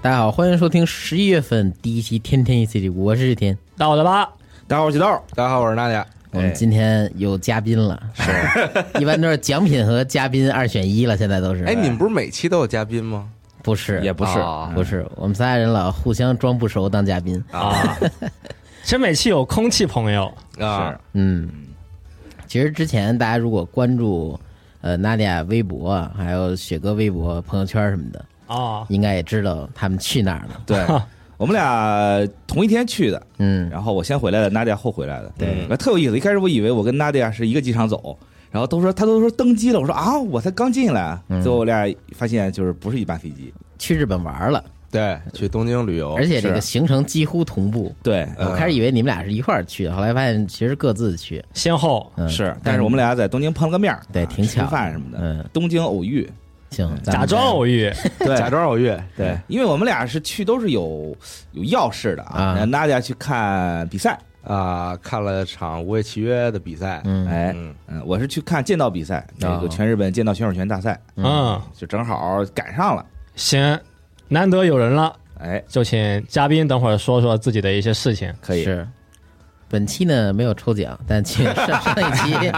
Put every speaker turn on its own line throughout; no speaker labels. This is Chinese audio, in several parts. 大家好，欢迎收听十一月份第一期《天天一 C 我是天。
到我的吧，
大家好，我是豆儿。大家好，哎我是娜姐。
哎
我们今天有嘉宾了，是， 一般都是奖品和嘉宾二选一了，现在都是。
哎，你们不是每期都有嘉宾吗？
不是，
也不是
啊
不是，我们仨人老互相装不熟当嘉宾，
啊
真美气有空气朋友，
啊！
嗯，其实之前大家如果关注呃娜迪亚微博，啊还有雪哥微博、朋友圈什么的，
啊，
应该也知道他们去哪儿了。
对，我们俩同一天去的，
嗯，
然后我先回来的，娜迪亚后回来的，对，特有意思。一开始我以为我跟娜迪亚是一个机场走，然后都说他都说登机了，我说啊，我才刚进来，啊最后我俩发现就是不是一班飞机，
去日本玩了，
对，去东京旅游
而，且这个
哦是嗯
行程几乎同步。
对，
我开始以为你们俩是一块儿去的，后来发现其实各自去。
先后
嗯，
是，但是我们俩在东京碰了个面儿，
对
啊
挺
吃
巧
饭什么的，
嗯，
东京偶遇，
行，咱们
假装偶遇，
对，
假装偶遇，
对，因为我们俩是去都是有有要事的
啊
啊，让娜迪亚去看比赛，
啊，看了场《无畏契约》的比赛，
嗯
哎，
嗯
嗯，我是去看剑道比赛，那个全日本剑道选手权大赛，
嗯，
就正好赶上了，
行，难得有人了，
哎，
就请嘉宾等会儿说说自己的一些事情。
可以，
是。本期呢没有抽奖，但请上 上一期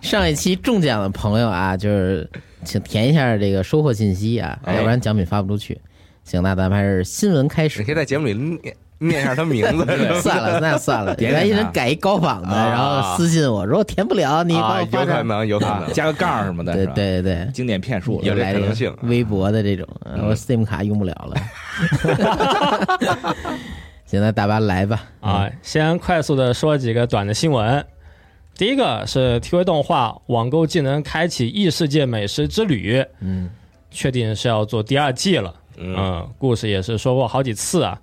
上一期中奖的朋友啊，就是请填一下这个收获信息啊，
哎
要不然奖品发不出去。行，那咱们还是新闻开
你
始
可以。在节目里念念一下他名 字，
算了，那算了，
点点
原来一人
他
改一高仿的，
啊
然后私信我，如果填不了，你帮
啊，
我发
有可
张。
能，有可
啊
能，
加个杠什么的，
对
是吧，
对对，
经典骗术
有
又
这
来这
可能
个
性
微博的这种，呃我 SIM 卡用不了了。 行，那大巴来吧。
啊，先快速的说几个短的新闻。第一个是 TV 动画《网购技能开启异世界美食之旅》，
嗯，
确定是要做第二季了。
嗯
嗯，故事也是说过好几次啊，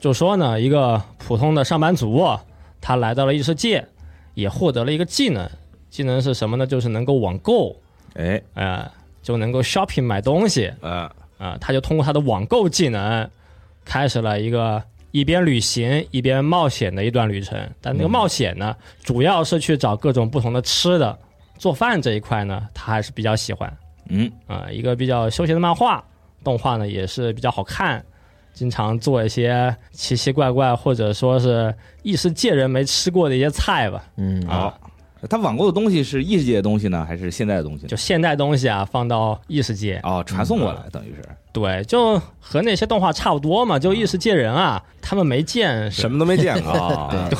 就说呢，一个普通的上班族啊，他来到了异世界，也获得了一个技能，技能是什么呢？就是能够网购，
哎，
呃，就能够 shopping 买东西
啊
啊、他就通过他的网购技能，开始了一个一边旅行一边冒险的一段旅程。但那个冒险呢，主要是去找各种不同的吃的，做饭这一块呢，他还是比较喜欢。
嗯，
啊、一个比较休闲的漫画，动画呢也是比较好看，经常做一些奇奇怪怪或者说是异世界人没吃过的一些菜吧。
嗯，
啊，
他网购的东西是异世界的东西呢，还是现代的东西呢？
就现代东西啊，放到异世界，
哦，传送过来，等于是
对，就和那些动画差不多嘛。就异世界人啊，他们没见识
什么都没见过，
啊，
对，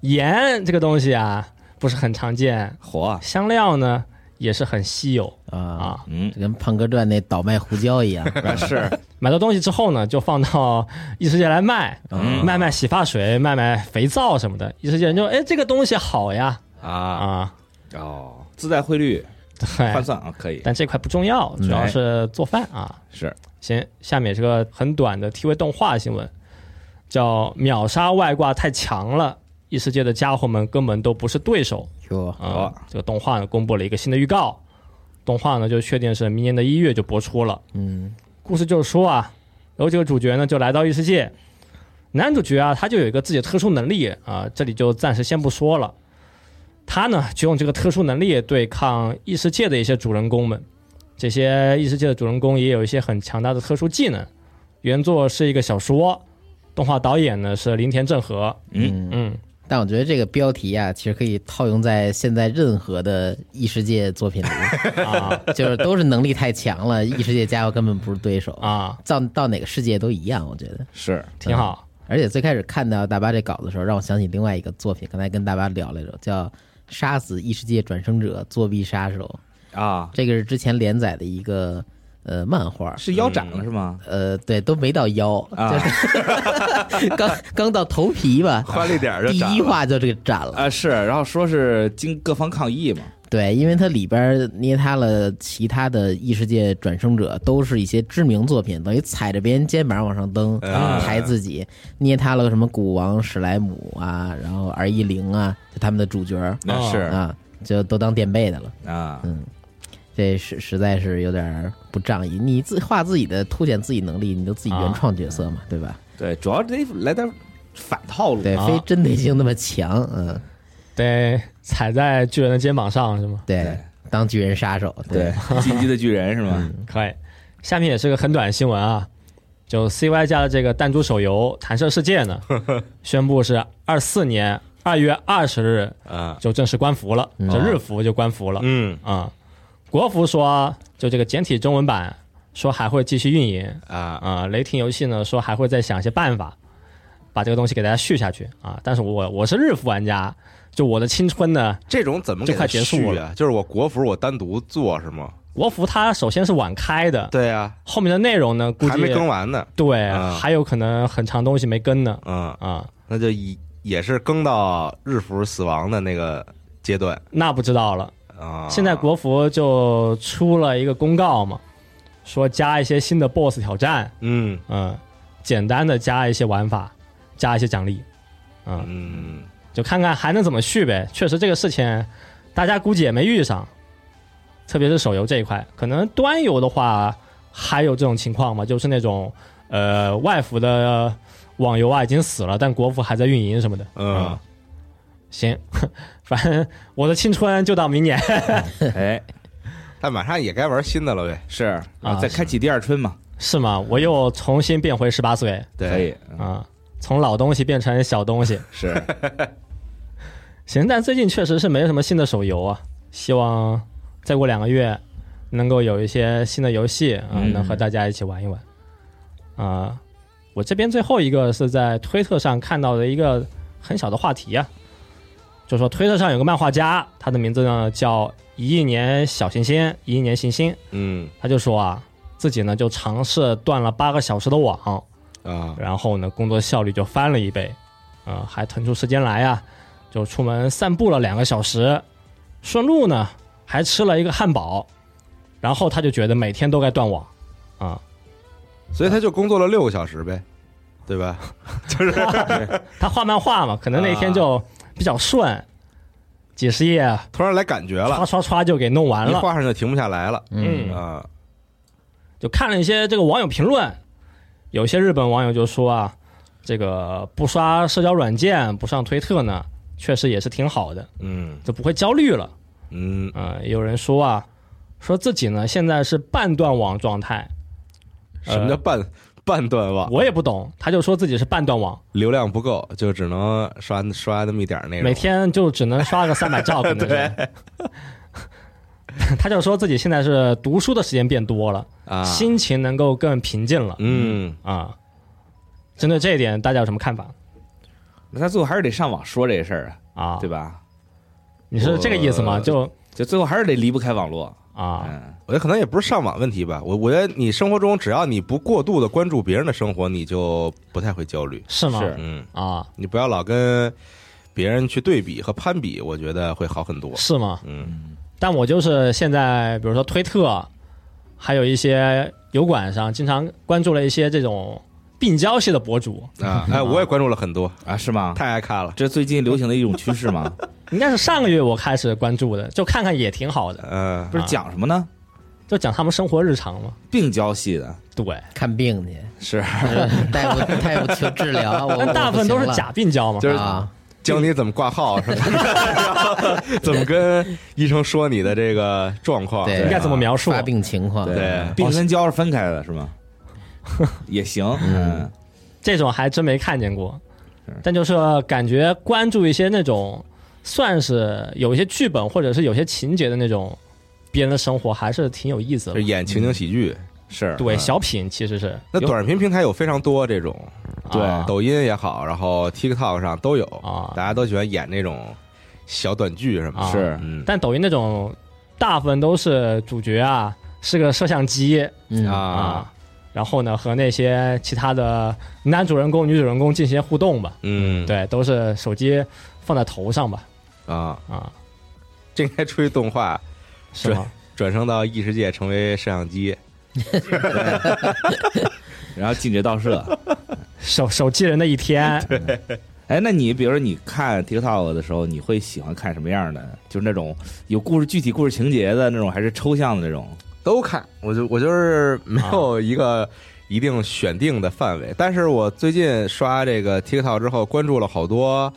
盐这个东西啊不是很常见，
火，啊
香料呢也是很稀有
啊，
啊。
嗯，
这跟《胖哥传》那倒卖胡椒一 样。
是，
买到东西之后呢，就放到异世界来卖，
嗯
卖卖洗发水，卖卖肥皂什么的。异世界人就哎，这个东西好呀
啊
啊，
哦，自带汇率换
哎
嗯
对，
算啊，可以，
但这块不重要，主要是做饭啊。
是，
行，下面是个很短的 TV 动画新闻，叫“秒杀外挂太强了”，异世界的家伙们根本都不是对手
哟，
啊、
哦
这个动画呢，公布了一个新的预告，动画呢就确定是明年的一月就播出了。
嗯
故事就是说啊，有几个主角呢就来到异世界，男主角啊他就有一个自己的特殊能力啊、这里就暂时先不说了。他呢就用这个特殊能力对抗异世界的一些主人公们，这些异世界的主人公也有一些很强大的特殊技能。原作是一个小说，动画导演呢是林田正和，
嗯，
嗯，
嗯，
但我觉得这个标题啊，其实可以套用在现在任何的异世界作品里，
啊
就是都是能力太强了，异世界家伙根本不是对手。
啊，
到到哪个世界都一样，我觉得。
是，
挺好，
而且最开始看到大巴这稿子的时候，让我想起另外一个作品，刚才跟大巴聊来着，叫《杀死异世界转生者：作弊杀手》。
啊，
这个是之前连载的一个呃漫画，
是腰斩
嗯
了是吗？
呃，对，都没到腰，
啊
就是 刚刚到头皮吧，
欢了点儿就
第
斩
一
了
话就这个斩了。
啊，是，然后说是经各方抗议嘛，
对，因为它里边捏塌了其他的异世界转生者，都是一些知名作品，等于踩着别人肩膀往上登，
啊
抬自己，捏塌了什么古王史莱姆啊，然后 R 一零啊，就他们的主角儿
那
哦
是
啊，就都当垫背的了。
啊，
这实实在是有点儿不仗义。你自画自己的，凸显自己能力，你就自己
啊
原创角色嘛，对吧？
对，主要得来点反套路，
对，
啊
非针对性那么强，嗯，
得踩在巨人的肩膀上是吗？
对
对，
当巨人杀手，
嗯
对，进击的巨人是吗？
可以。下面也是个很短的新闻啊，就 CY 家的这个弹珠手游《弹射世界》 呢，宣布是二四年二月二十日
啊，
就正式官服了，
嗯
就日服就官服了。
嗯
啊、国服说就这个简体中文版说还会继续运营
啊，
啊、雷霆游戏呢说还会再想一些办法把这个东西给大家续下去啊、但是我我是日服玩家，就我的青春呢，
这种怎么给
这快
它
结束
续
了
啊？就是我国服我单独做是吗？
国服它首先是晚开的，
对啊，
后面的内容呢估计
还没更完呢，
对、
啊
还有可能很长东西没更呢
嗯，
啊、
那就以也是更到日服死亡的那个阶段
那不知道了。
啊。
现在国服就出了一个公告嘛，说加一些新的 BOSS 挑战，
嗯
嗯，简单的加一些玩法，加一些奖励，嗯，
嗯
就看看还能怎么续呗。确实这个事情，大家估计也没遇上，特别是手游这一块，可能端游的话还有这种情况嘛，就是那种呃外服的网游啊已经死了，但国服还在运营什么的。
嗯，
行， 反正我的青春就到明年。
哎，
但马上也该玩新的了呗。
是
啊
再开启第二春嘛，
是吗？我又重新变回十八岁
可
对，
以，
啊、从老东西变成小东西。
是
行，但最近确实是没什么新的手游啊，希望再过两个月能够有一些新的游戏啊、
嗯
能和大家一起玩一玩。啊、我这边最后一个是在推特上看到的一个很小的话题啊，就说推特上有个漫画家，他的名字呢叫一亿年小行星，一亿年行星，
嗯
他就说啊，自己呢就尝试断了八个小时的网，
啊
然后呢，工作效率就翻了一倍，啊、还腾出时间来啊，就出门散步了两个小时，顺路呢还吃了一个汉堡，然后他就觉得每天都该断网，啊、
所以他就工作了六个小时呗，对吧？就是
他画漫画 嘛，可能那
啊
天就比较顺，几十页
突然来感觉了
唰，唰唰就给弄完
一
了，
画上就停不下来了
嗯
啊。
就看了一些这个网友评论，有些日本网友就说啊，这个不刷社交软件，不上推特呢，确实也是挺好的，
嗯
就不会焦虑了。
嗯
啊，有人说啊，说自己呢现在是半断网状态，呃
什么叫半半断网？
我也不懂，他就说自己是半断网，
流量不够，就只能刷刷那么一点儿那种。
每天就只能刷个三百兆，可能是。 他就说自己现在是读书的时间变多了，
啊，
心情能够更平静了
嗯
啊。针对这一点，大家有什么看法
那他最后还是得上网说这事儿啊，
啊？
对吧？
你是这个意思吗？
我
就
就最后还是得离不开网络，
啊，
嗯，
我觉得可能也不是上网问题吧，我我觉得你生活中只要你不过度的关注别人的生活，你就不太会焦虑。
是吗？
是
嗯，
啊，
你不要老跟别人去对比和攀比，我觉得会好很多。
是吗？
嗯
但我就是现在，比如说推特，还有一些油管上，经常关注了一些这种病娇系的博主，
啊，哎，我也关注了很多，
啊，是吗？
太爱看了。
这最近流行的一种趋势嘛，
应该是上个月我开始关注的，就看看也挺好的，
嗯
不是讲什么呢？
就讲他们生活日常嘛。
病娇系的，
对，
看病去，
是
大夫大夫求治疗，我
但大部分都是假病娇嘛。
就是
啊，
教你怎么挂号是吧？然后 怎么跟医生说你的这个状况，
对
应该怎么描述？
发病情况，
对
病跟娇是分开的，是吗？也行，嗯，
这种还真没看见过
是，
但就是感觉关注一些那种算是有一些剧本或者是有些情节的那种别人的生活，还是挺有意思
就
的。
是演情景喜剧。
嗯
是嗯
对，小品其实是
那
有
短视频平台有非常多这种，
对
啊
抖音也好，然后 TikTok 上都有，
啊
大家都喜欢演那种小短剧什么的。
啊
是
嗯
但抖音那种大部分都是主角啊是个摄像机
嗯
啊
啊，然后呢和那些其他的男主人公、女主人公进行互动吧。
嗯，
对，都是手机放在头上吧。
啊，
啊，
这应该出去动画，
是吗？
转生到异世界成为摄像机。
然后警觉盗摄。
手手机人的一 天，
哎，那你比如说你看 TikTok 的时候，你会喜欢看什么样的？就是那种有故事、具体故事情节的那种，还是抽象的那种？
都看，我就我就是没有一
啊
个一定选定的范围，但是我最近刷这个 TikTok 之后，关注了好多，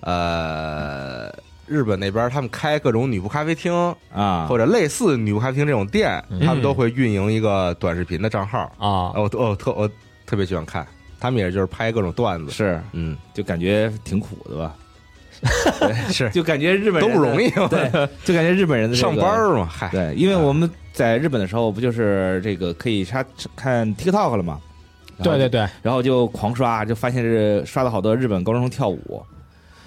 呃，日本那边他们开各种女仆咖啡厅、
啊
或，者类似女仆咖啡厅这种店，
嗯
他们都会运营一个短视频的账号。
啊
嗯
哦，我特我特我特别喜欢看，他们也就是拍各种段子，
是
嗯，
就感觉挺苦的吧？
是
就感觉日本
都
人
不容
易，
易 嘛，
对，就感觉日本人的这个
上班儿嘛，嗨，
对，因为我们在日本的时候，不就是这个可以刷看 TikTok 了嘛？然后
对对，对，
然后就狂刷，就发现是刷了好多日本高中生跳舞，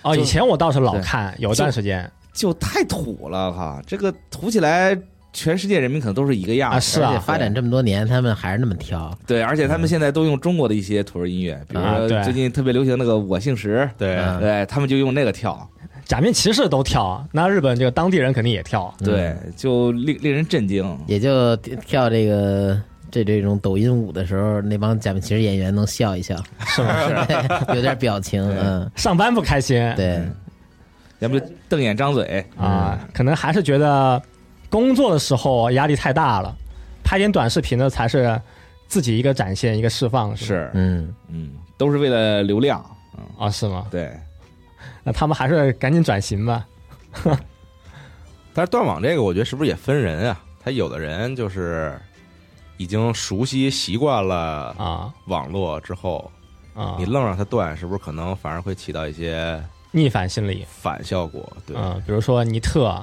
哦，
就
以前我倒是老
对
看，有一段时间
就太土了哈！这个土起来，全世界人民可能都是一个样
啊，
儿
是
而且
啊，
发展这么多年，他们还是那么挑，
对，而且他们现在都用中国的一些土味音乐，比如
啊对
说最近特别流行那个“我姓石”，
对
嗯
对他们就用那个跳，
假面骑士都跳，那日本这个当地人肯定也跳。
对，就令令人震惊。
嗯
也就跳这个这这种抖音舞的时候，那帮假面骑士演员能笑一笑，是不是？有点表情，嗯，
上班不开心，
对，
要不就瞪眼张嘴，
啊，可能还是觉得工作的时候压力太大了，拍点短视频呢才是自己一个展现一个释放，吧
是，
嗯，
嗯，都是为了流量，嗯，
啊是吗？
对，
那他们还是赶紧转型吧。
但是断网这个，我觉得是不是也分人啊？他有的人就是已经熟悉习惯了
啊
网络之后，
啊，
你愣让他断，是不是可能反而会起到一些
逆反心理，
反效果？对，
嗯，比如说尼特，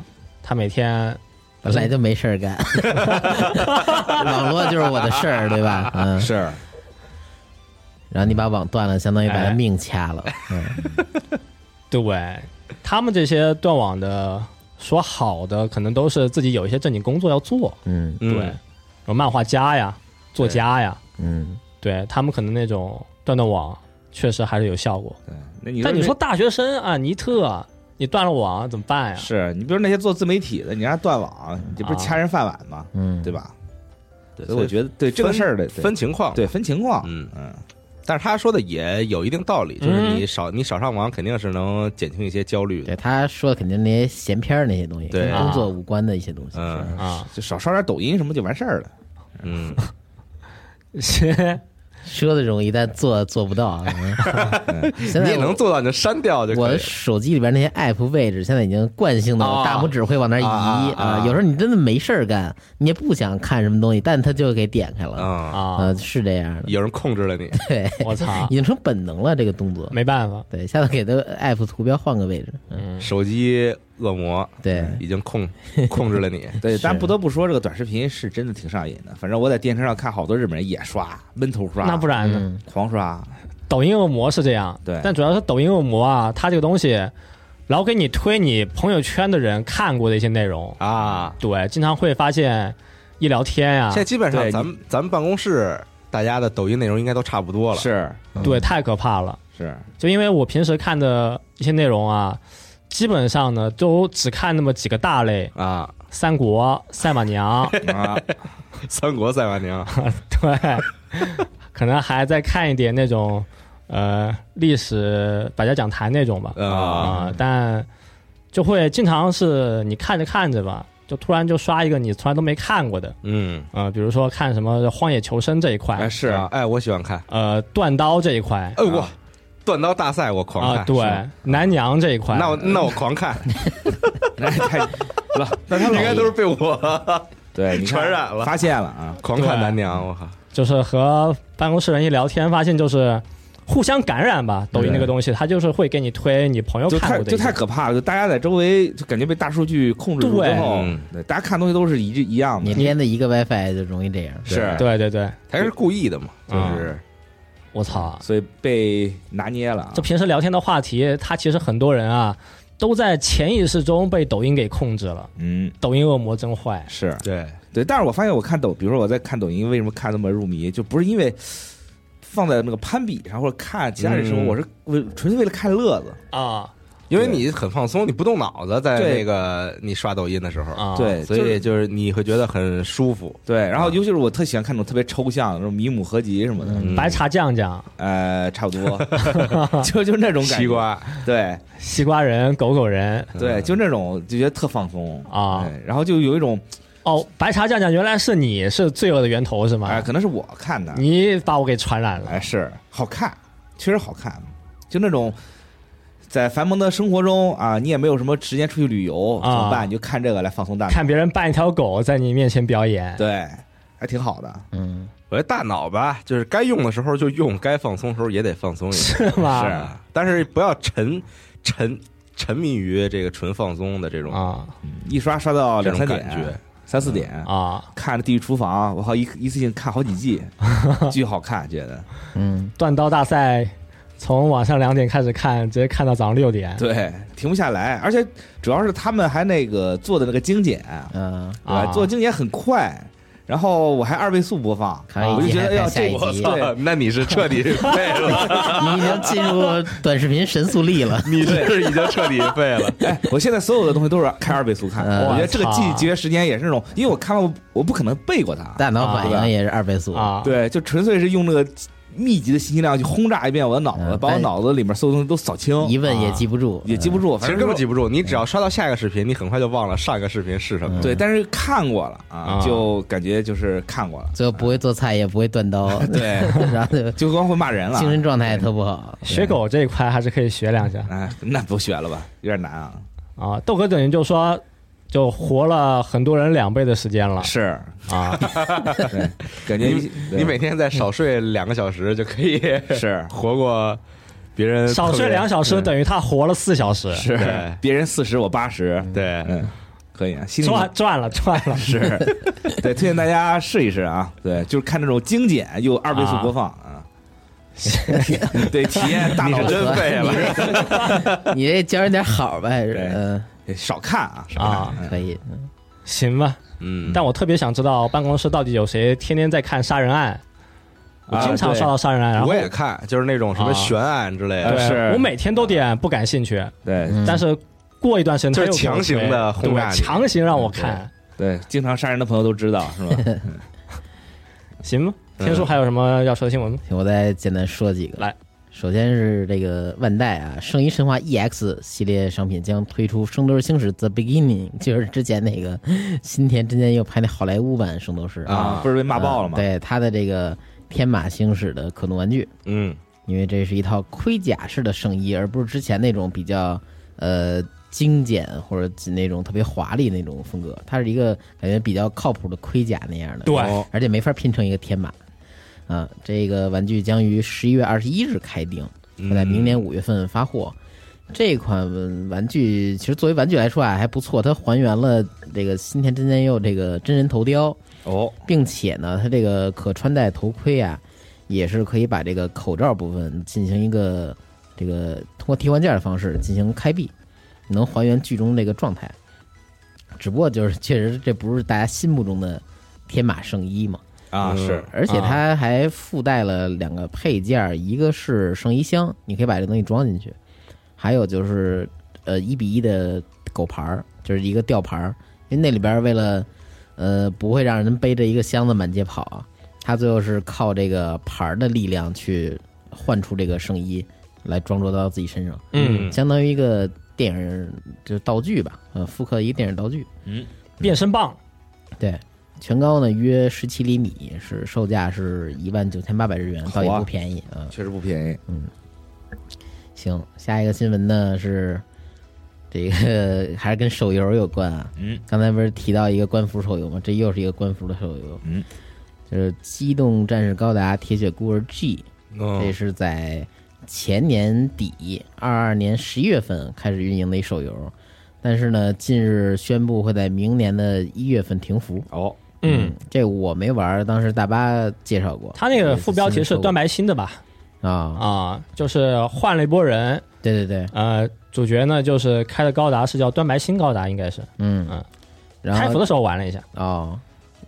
他每天
本来就没事儿干， 网络就是我的事儿，对吧？ 嗯，
是，
然后你把网断了，相当于把他命掐了，嗯
对他们这些断网的说好的，可能都是自己有一些正经工作要做，
嗯
嗯
对，有漫画家呀、作家呀，
嗯，
对他们可能那种断断网确实还是有效果。
对，那你
但你
这
说大学生啊，尼特，你断了网怎么办呀？
是你比如那些做自媒体的，你让他断网，你这不是掐人饭碗吗？
嗯，
对吧？
对
所以我觉得对这个
分
事儿得
得分情况。
对分情况，
嗯
嗯
但是他说的也有一定道理，就是你少你少上网，肯定是能减轻一些焦虑的。
对，他说的肯定那些闲篇儿那些东西，
对
跟工作无关的一些东西，
嗯
啊，
就少刷点抖音什么就完事儿了。
嗯，
说的容易，但做做不到。嗯现
你
在
也能
我
做到，你就删掉就
我
可
的
以。
手机里边那些 app 位置，现在已经惯性的
啊
大拇指会往那儿移
啊啊啊
有时候你真的没事儿干，你也不想看什么东西，但它就给点开了。
啊，
啊
呃，，是这 样的，
有人控制了你。
对，
我操 嗯
已，经成本能了这个动作。
没办法，
对，下次给它 app 图标换个位置。嗯，
嗯，
手机恶魔
对，
已经控控制了你。
对，
是
但不得不说，这个短视频是真的挺上瘾的。反正我在电视上看好多日本人也刷，闷头刷，
那不然呢？
嗯，
狂刷？
抖音恶魔是这样，
对
但主要是抖音恶魔啊，它这个东西老给你推你朋友圈的人看过的一些内容，
啊，
对，经常会发现一聊天呀、
现在基本上
啊对
咱们咱们办公室大家的抖音内容应该都差不多了。
是
对，太可怕了。
是，
就因为我平时看的一些内容啊，基本上呢都只看那么几个大类，
啊，
三国、赛马娘，
啊，
三国赛马 娘，
对，可能还在看一点那种呃历史百家讲坛那种吧，
啊
但就会经常是你看着看着吧，就突然就刷一个你从来都没看过的，
嗯，
啊，比如说看什么《荒野求生》这一
哎
块，
是呃啊
啊，，哎，我喜欢看，
呃，断刀这一块，
哎我断刀大赛我狂
啊，
看，
对，南娘这一块，
那我那我狂 看，
那太了，那他
应
们
该都是被我
对啊你看
传染了
发现了啊，
狂看南娘，我靠，
就是和办公室人一聊天，发现就是。互相感染吧，抖音那个东西，它就是会给你推你朋友
就
看
太
过的
就
一些，
太可怕了，就大家在周围就感觉被大数据控制住之
对
后
嗯，
对，大家看东西都是一致一样
你
的，
连的一个 WiFi 就容易这样。
嗯是，
对对对，
他是故意的嘛，
嗯
就是
我操，
所以被拿捏了啊
啊就，平时聊天的话题，他其实很多人啊，都在潜意识中被抖音给控制了。
嗯，
抖音恶魔真坏，
是
对，
对，但是我发现我看抖，比如说我在看抖音，为什么看那么入迷，就不是因为放在那个攀比上或者看其他人生
嗯
活，我是为纯粹为了看乐子。
啊
因为你很放松，你不动脑子，在
对
那个你刷抖音的时候，
啊！，
对，
所
就是
以就是你会觉得很舒服，
对，然后尤其是我特喜欢看那种特别抽象的那种米姆合集什么的，
嗯
白茶酱酱、
呃，差不 多，就就那种感觉。
西，瓜，
对
西瓜人、狗狗人
对，就那种就觉得特放松。
啊！
对，然后就有一种
哦，白茶酱酱原来是你是罪恶的源头是吗？
哎、可能是我看的，
你把我给传染了
哎，是好看，确实好看，就那种在繁忙的生活中啊，你也没有什么时间出去旅游，
啊
怎么办？你就看这个来放松大脑。
看别人扮一条狗在你面前表演，
对，还挺好的。
嗯，
我觉得大脑吧，就是该用的时候就用，该放松的时候也得放松一下。
是吧？
是啊，但是不要沉沉沉迷于这个纯放松的这种、
啊
一刷刷到
这种
两三
感
点
觉，。
三四点，
啊，
看《地狱厨房》，我靠，一一次性看好几季，巨好看，觉得
嗯，
断刀大赛从晚上两点开始看，直接看到早上六点。
对，停不下来。而且主要是他们还那个做的那个精简，
啊，
啊，
啊
做精简很快，然后我还二倍速播放，
看完
我
一
就
集
觉
还
得要
看下
这
一集，
对
啊那你是彻底废 了，
你已经进入短视频神速力了。
你是已经彻底废 了。
哎，我现在所有的东西都是开二倍速看，
嗯
我觉得这个
哇
记
操
节约时间也是那
啊
种，因为我看了我我不可能背过它，
大脑反应也是二倍速，
啊，
对，就纯粹是用那个密集的信息量去轰炸一遍我的脑子，
嗯
把我
但
脑子里面所有东西都扫清，
一问啊也记不住，
也记不住，
其
反
实
正
根本
就嗯
记不住，你只要刷到下一个视频，你很快就忘了上一个视频是什么。
对，但是看过了啊
啊，
就感觉就是看过了
嗯，，最后不会做菜，也不会断 刀，
对
然后就
就光会骂人了，
精神状态也特不好。
学狗这一块还是可以学两下
啊，那不学了吧，有点难啊，
啊。豆哥等于就说，就活了很多人两倍的时间了
是，
啊。
对，感觉
你你每天再少睡两个小时就可以
对 是
活过别 人特别。嗯
少睡两小时等于他活了四小时，
是
对
别人四十我八十，
对，
嗯，可以啊，心里
赚赚了赚了。
是， 对，推荐大家试一试啊，对，就是看这种精简又二倍速播放啊，对，体验大
你
脑
是真废了。
你这教人点好吧，还是
对
嗯，
少看啊，少
啊，
可以，嗯
行吧。
嗯，
但我特别想知道办公室到底有谁天天在看杀人案，我
啊
经常
对
刷到杀人案，然后
我也看，就是那种什么
啊
悬案之类
呃
的，
对
是
我每天都点不感兴趣，
对
嗯
但是过一段时间他又
就是
给
强
我推
行地轰炸
对
你嗯
强行让我看，
对，经常杀人的朋友都知道是吧？
行吗？
嗯
天叔还有什么要说的新闻吗？
我再简单说几个。
来，
首先是这个万代啊，《圣衣神话 EX》系列商品将推出《圣斗士星矢 The Beginning》，就是之前那个新田真剑佑拍那好莱坞版《圣斗士》
啊，不是被骂爆了吗？
嗯对他的这个天马星矢的可动玩具，
嗯，
因为这是一套盔甲式的圣衣，而不是之前那种比较呃精简或者那种特别华丽那种风格。它是一个感觉比较靠谱的盔甲那样的，
对
哦
哦
然后而且没法拼成一个天马。啊，这个玩具将于十一月二十一日开定，会在明年五月份发货。这款玩具其实作为玩具来说啊，还不错，它还原了这个新田真剑佑这个真人头雕，
哦，
并且呢，它这个可穿戴头盔啊，也是可以把这个口罩部分进行一个这个通过替换件的方式进行开闭，能还原剧中这个状态。只不过就是确实这不是大家心目中的天马圣衣嘛，
啊
嗯
是
而且它还附带了两个配件儿，一个是圣衣箱，你可以把这东西装进去；还有就是呃一比一的狗牌儿，就是一个吊牌儿，因为那里边儿为了呃不会让人背着一个箱子满街跑啊，它最后是靠这个牌儿的力量去换出这个圣衣来装着到自己身上，
嗯，
相当于一个电影就是道具吧，呃复刻一个电影道具。
变身棒
对，全高呢约十七厘米，是售价是一万九千八百日元，倒也
好啊
不便宜啊。
确实不便宜，
行，下一个新闻呢是这个 还是跟手游有关啊。
嗯，
刚才不是提到一个官服手游吗？这又是一个官服的手游。
嗯，
就是《机动战士高达：铁血孤儿 G》，这
哦
嗯
是在前年底二二年十一月份开始运营的一手游。但是呢，近日宣布会在明年的一月份停服。
哦，
嗯，
这我没玩儿，当时大巴介绍过。
他那
嗯
个副标题是段
白
白心的吧？
啊，
啊，就是换了一波人，
对对对，
呃，主角呢就是开的高达是叫端白心高达，应该是
嗯
嗯，开
然
服
后
的时候玩了一下，
哦，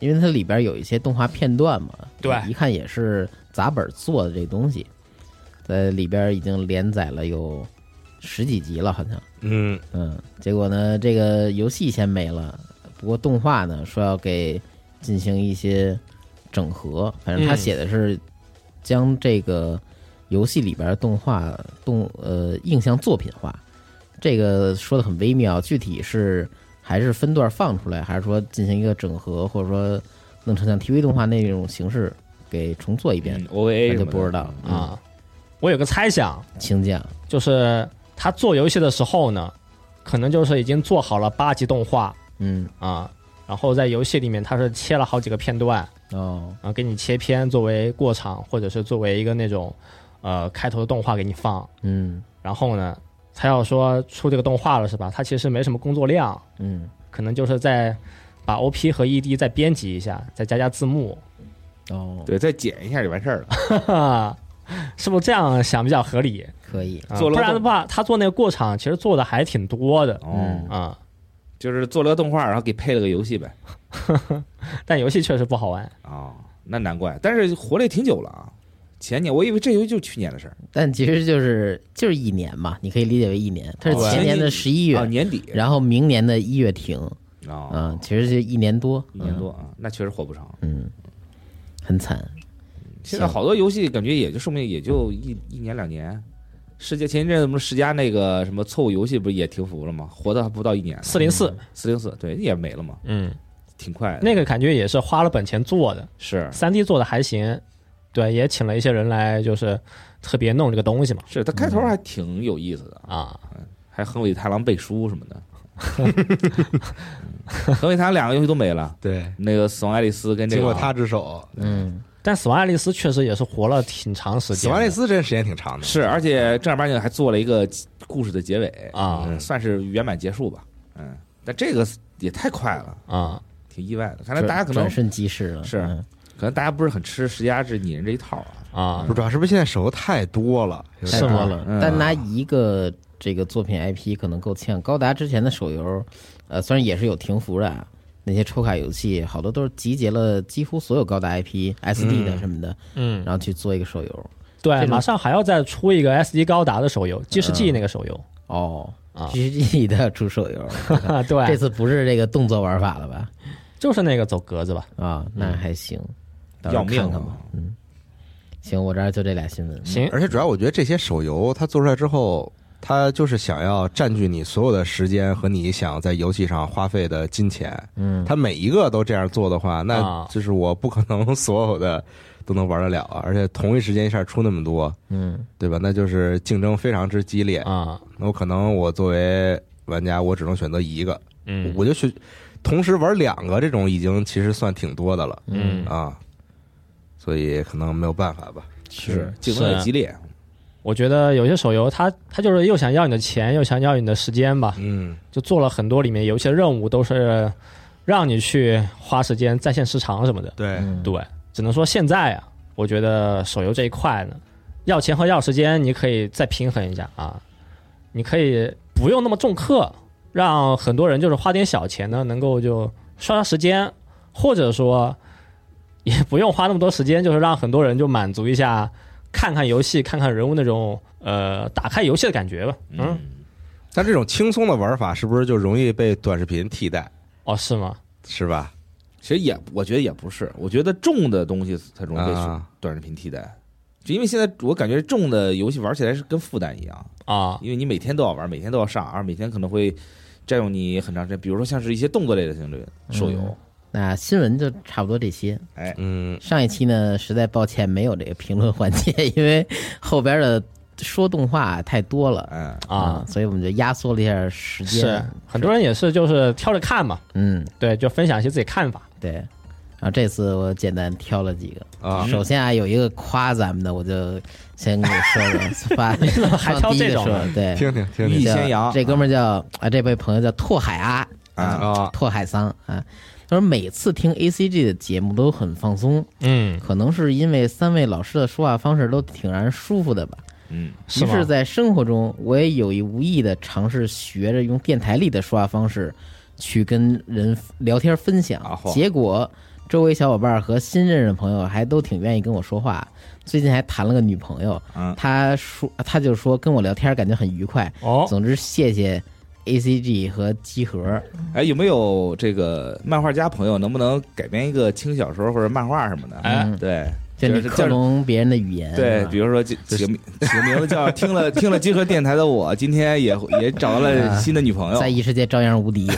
因为它里边有一些动画片段嘛，
对
一看也是杂本做的这东西，在里边已经连载了有十几集了，好像，
嗯，
嗯，结果呢，这个游戏先没了，不过动画呢说要给进行一些整合，反正他
嗯
写的是将这个游戏里边的动画动呃印象作品化，这个说的很微妙，具体是还是分段放出来，还是说进行一个整合，或者说弄成像 TV 动画那种形式给重做一遍，
O A
那就不知道啊、
啊。我有个猜想，
嗯，请讲，
就是他做游戏的时候呢，可能就是已经做好了八集动画
嗯
啊，然后在游戏里面它是切了好几个片段，
哦，
然后给你切片作为过场，或者是作为一个那种呃开头的动画给你放。
嗯
然后呢，他要说出这个动画了是吧？他其实没什么工作量，
嗯，
可能就是在把 OP 和 ED 再编辑一下，再加加字幕，
哦，
对，再剪一下就完事儿了。
是不是这样想比较合理？
可以，
啊
做了
不
个
然的话，他做那个过场其实做的还挺多的
哦，
啊、
就是做了个动画，然后给配了个游戏呗。
但游戏确实不好玩。
哦，那难怪，但是活了也挺久了啊。前年我以为这游戏就去年的事儿，
但其实就是就是一年嘛，你可以理解为一年，它是
哦
对
前年的十一月
啊，，年底
然后明年的一月停，
啊，
啊，其实就一年多，
一年多啊，那确实活不长。
嗯，嗯，很惨，
现在好多游戏感觉也就寿命也就一一年两年。世界前一阵子不是世嘉那个什么错误游戏不是也停服了吗？活到不到一年，
四零四，
四零四对也没了嘛，
嗯，
挺快的。
那个感觉也是花了本钱做的，
是
三 D 做的还行，对，也请了一些人来就是特别弄这个东西嘛，
是，它开头还挺有意思的，
啊，
还横尾太郎背书什么的。 嗯横尾太郎两个游戏都没了，
对，
那个《死亡爱丽丝》跟这
经
个
过他之手，
嗯，
但死亡爱丽丝确实也是活了挺长时
死
间的，
亡类斯真时间挺长的，
是，而且正儿八经还做了一个故事的结尾
啊
嗯算是圆满结束吧。嗯，但这个也太快了，
啊，
挺意外的。看来大家可能
转瞬即逝了，
是
嗯
可能大家不是很吃石家这拟人这一套啊。
啊
不是，主要是不是现在手游太多了，有
太
是
点
多
吗
了
嗯。
单拿一个这个作品 IP 可能够呛。高达之前的手游，呃，虽然也是有停服的啊，那些抽卡游戏好多都是集结了几乎所有高达 IP、SD 的什么的，
嗯，
然后去做一个手游。
对，
这种
马上还要再出一个 SD 高达的手游，G 十 G 那个手游，
哦
啊
，GG 都要出手游，
啊，
这
对，
次不是这个动作玩法了吧？
就是那个走格子吧，
啊，那还行，到时
要
候
命啊
看
了
看吧。嗯，行，我这儿就这俩新闻。
啊
嗯
行，
而且主要我觉得这些手游它做出来之后，它就是想要占据你所有的时间和你想在游戏上花费的金钱。
嗯，
它每一个都这样做的话，那
啊
就是我不可能所有的都能玩得了啊！而且同一时间一下出那么多，
嗯
对吧？那就是竞争非常之激烈。
啊，
那我可能我作为玩家，我只能选择一个，
嗯
我就去同时玩两个，这种已经其实算挺多的了
嗯，
啊。所以可能没有办法吧。
是竞争
是
也激烈，
我觉得有些手游它它就是又想要你的钱，又想要你的时间吧，
嗯，
就做了很多里面有一些任务都是让你去花时间在线时长什么的。
对
嗯，
对，只能说现在啊，我觉得手游这一块呢，要钱和要时间，你可以再平衡一下啊，你可以不用那么重氪，让很多人就是花点小钱呢，能够就刷刷时间，或者说也不用花那么多时间，就是让很多人就满足一下。看看游戏，看看人物那种呃，打开游戏的感觉吧。嗯，
但这种轻松的玩法是不是就容易被短视频替代？
哦，是吗？
是吧？
其实也我觉得也不是，我觉得重的东西它容易被
啊
短视频替代，就因为现在我感觉重的游戏玩起来是跟负担一样，
啊，
因为你每天都要玩，每天都要上，而每天可能会占用你很长时间，比如说像是一些动作类的型类手游，
那新闻就差不多这些。
嗯，
上一期呢，实在抱歉没有这个评论环节， 因为后边的说动画太多了
嗯，
啊，
所以我们就压缩了一下时
是
间。
很多人也是就是挑着看嘛，
嗯，
对，就分享一些自己看法。
对。然后这次我简单挑了几个
啊
首先啊，有一个夸咱们的，我就先跟你说 说，发
你怎么还
放
挑
第一
这
个
种呢
说，对，
听听听
易
听
叫
先扬
这哥们儿叫啊，这位朋友叫拓海啊
啊
啊，
拓海桑啊。他说每次听 A C G 的节目都很放松，
嗯，
可能是因为三位老师的说话方式都挺让人舒服的吧。
嗯，
于
吗
是，在生活中，我也有意无意的尝试学着用电台里的说话方式去跟人聊天分享
啊，嚯
结果周围小伙伴和新认识的朋友还都挺愿意跟我说话。最近还谈了个女朋友
嗯，
她说她就说跟我聊天感觉很愉快。
哦，
总之，谢谢 A C G 和集合。
哎，有没有这个漫画家朋友能不能改编一个轻小说或者漫画什么的？
哎
嗯
对，
就你
就是
克隆别人的语言，啊
对
是，吧
比如说这起个名 起个名字 叫听了听了集合电台的我，今天也也找到了新的女朋友
啊在，异世界照样无 敌，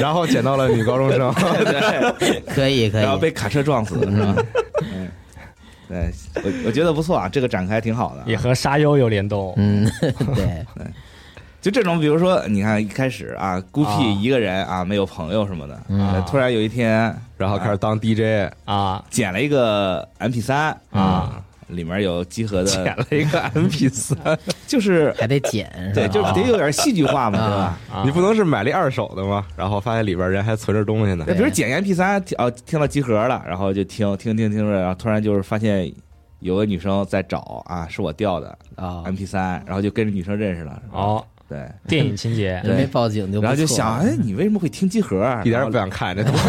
然后捡到了女高中生，
对，
可以可以
然后，被卡车撞死是吧？ 嗯，对，我我觉得不错啊，这个展开挺好的
嗯
也和沙优有联动。
嗯，对。
就这种，比如说，你看一开始啊，孤
啊
僻一个人啊，没有朋友什么的，
嗯
啊突然有一天
然后开始当 DJ
啊
捡了一个 MP 三
啊，
里面有集合
捡
的，
了一个 MP 三，
就是
还得 剪，是
对，
吧？
就是得有点戏剧化嘛，
啊
对吧？
啊！
你不能是买了一二手的吗？然后发现里边人还存着东西呢
那。比如捡 MP 三，哦，听到集合了，然后就听听听听着，然后突然就是发现有个女生在找啊，是我掉的
啊，
MP 三，然后就跟着女生认识了，
哦，
对，
电影情节
人没报警就不
然后就
错啊
想，
了
哎，你为什么会听集合？啊
一点
然
也
后
不想看这东西，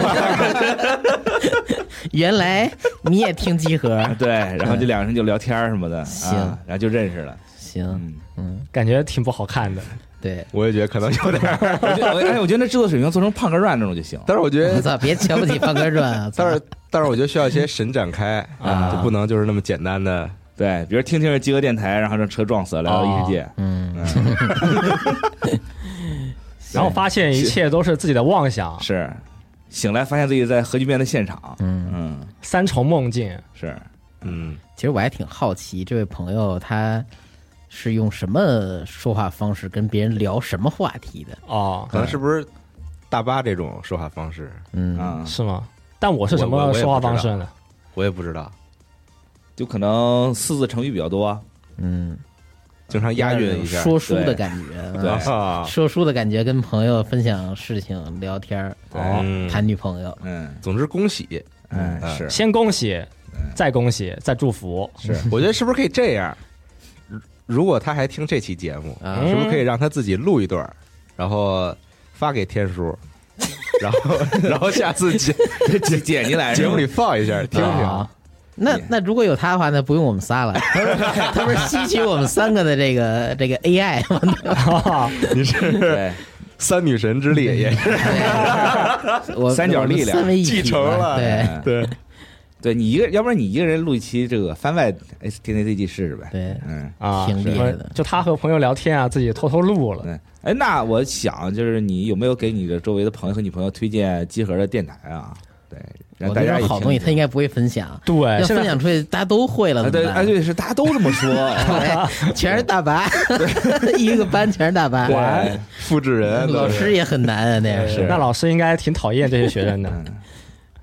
原来你也听集 合，
啊 对，然后这两个人就聊天儿什么的，
行
啊，然后就认识了。
行，
嗯，
嗯，
感觉挺不好看的
对，
我也觉得可能有点儿。
我觉得我哎，我觉得那制作水平做成胖哥乱这种就行。
但是我觉
我
得，
操，别瞧不起范哥传 啊！操
但是但是我觉得需要一些神展开
啊
就不能就是那么简单的。
对，比如听听着集合电台，然后让车撞死了，来
哦
到异世界。
嗯，
嗯，
然后发现一切都是自己的妄想，
是，醒来发现自己在核聚变的现场。
嗯
嗯，
三重梦境
是
嗯，
其实我还挺好奇，这位朋友他是用什么说话方式跟别人聊什么话题的？
哦，
可能是不是大巴这种说话方式，
嗯，
啊，
是吗？但我是什
我我
么
我也
说话
不知
方
道
式呢？
我也不知道，
就可能四字成语比较多。
嗯，
经常押韵一下。
说书的感觉，
对
嗯
啊，
说书的感觉，跟朋友分享事情、聊天儿、
哦，
嗯
谈女朋友，
嗯，
总之恭喜。
嗯
哎， 是
先恭喜，再恭喜，再祝福，
是，
我觉得是不是可以这样？如如果他还听这期节目，
啊
是不是可以让他自己录一段儿，然后发给天叔， 然后然后下次节
姐姐你来是
节
吧
目里放一下听听
啊。那那如果有他的话，那不用我们仨了，他不 是他不是吸取我们三个的这个这个 AI 吗？
你是
对，
三女神之力，也是
我
三角力量
我们三位一体
继承了
对
哎
对，
对你一个，要不然你一个人录一期这个番外 S T N Z G 试试呗。
对，
嗯，
啊，
挺厉害的
什么就他和朋友聊天啊，自己偷偷录了
对，哎，那我想就是你有没有给你的周围的朋友和女朋友推荐集合的电台啊？对，让
我
大
觉
家
得
也
好
听
东西
一
他应
听
该不会分享，
对，
要
哎现
分
在
享出去大家都会了
啊，
怎
对，
么
哎，
办？
对，是大家都这么说，啊
对，全是大白，一个班全是大白，
对，
复制人
老师也很难啊，那样
是
呃那老师应该挺讨厌这些学生的。
嗯，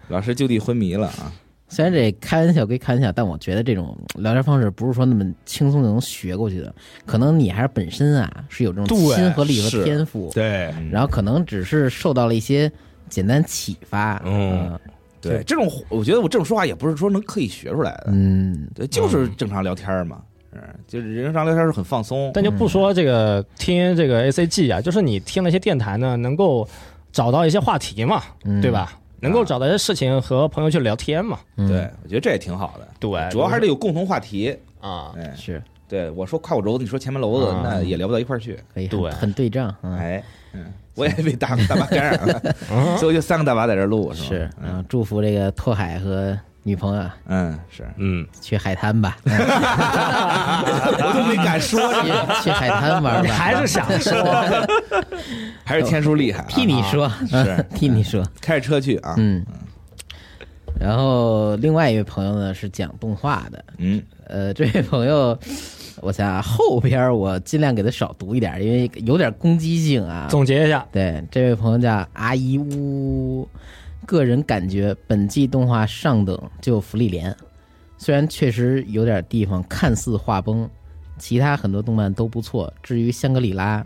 老师就地昏迷了啊，
虽然这开玩笑归开玩笑，但我觉得这种聊天方式不是说那么轻松就能学过去的，可能你还是本身啊是有这种
对
亲和力和
是
天赋，
对，
嗯
然后可能只是受到了一些简单启发，啊
嗯
对，这种我觉得我这种说话也不是说能刻意学出来的，
嗯
对，就是正常聊天嘛，嗯，就是人常聊天是很放松，
但就不说这个听这个 A C G 啊，就是你听了一些电台呢，能够找到一些话题嘛，
嗯，
对？吧？能够找到一些事情和朋友去聊天嘛。
嗯、
对，我觉得这也挺好的，
对，
哎
主要还是得有共同话题，
啊，
哎，
是
对我说胯骨轴子，你说前门楼子
啊，
那也聊不到一块儿去，
可以很
对
很对仗，嗯、
哎，嗯，我也被大大巴感染了。
嗯
所以我就三个大把在这儿录，吧
是，嗯、
嗯
祝福这个拓海和女朋友啊
嗯是，
嗯，
去海滩吧，嗯
我都没敢说，
去去海滩玩
你
吧，
还是想说
还是天叔厉害啊，
替你说，
是
替你说，
开着车去啊，
嗯。然后另外一位朋友呢是讲动画的，
嗯
呃，这位朋友，我想啊后边儿我尽量给他少读一点儿，因为有点攻击性啊。
总结一下，
对，这位朋友叫阿姨乌，个人感觉本季动画上等就《福利莲》，虽然确实有点地方看似画崩，其他很多动漫都不错。至于香格里拉，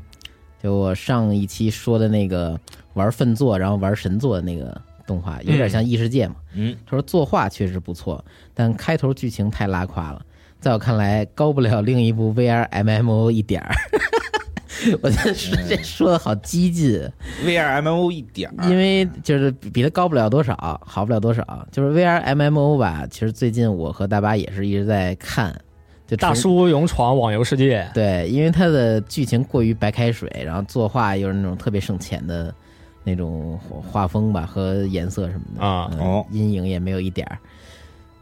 就我上一期说的那个玩粪作，然后玩神作的那个动画，有点像异世界嘛。
嗯，
他说作画确实不错，但开头剧情太拉胯了，在我看来高不了另一部 VR MMO 一点儿。 我这说
嗯
这说的好激进，啊
，V R M M O 一点儿，
因为就是比它高不了多少，好不了多少。就是 VR MMO 吧，其实最近我和大巴也是一直在看，就
大
纯
叔勇闯网游世界，
对，因为它的剧情过于白开水，然后作画又是那种特别省钱的那种画风吧和颜色什么的
啊
嗯
哦
阴影也没有一点儿。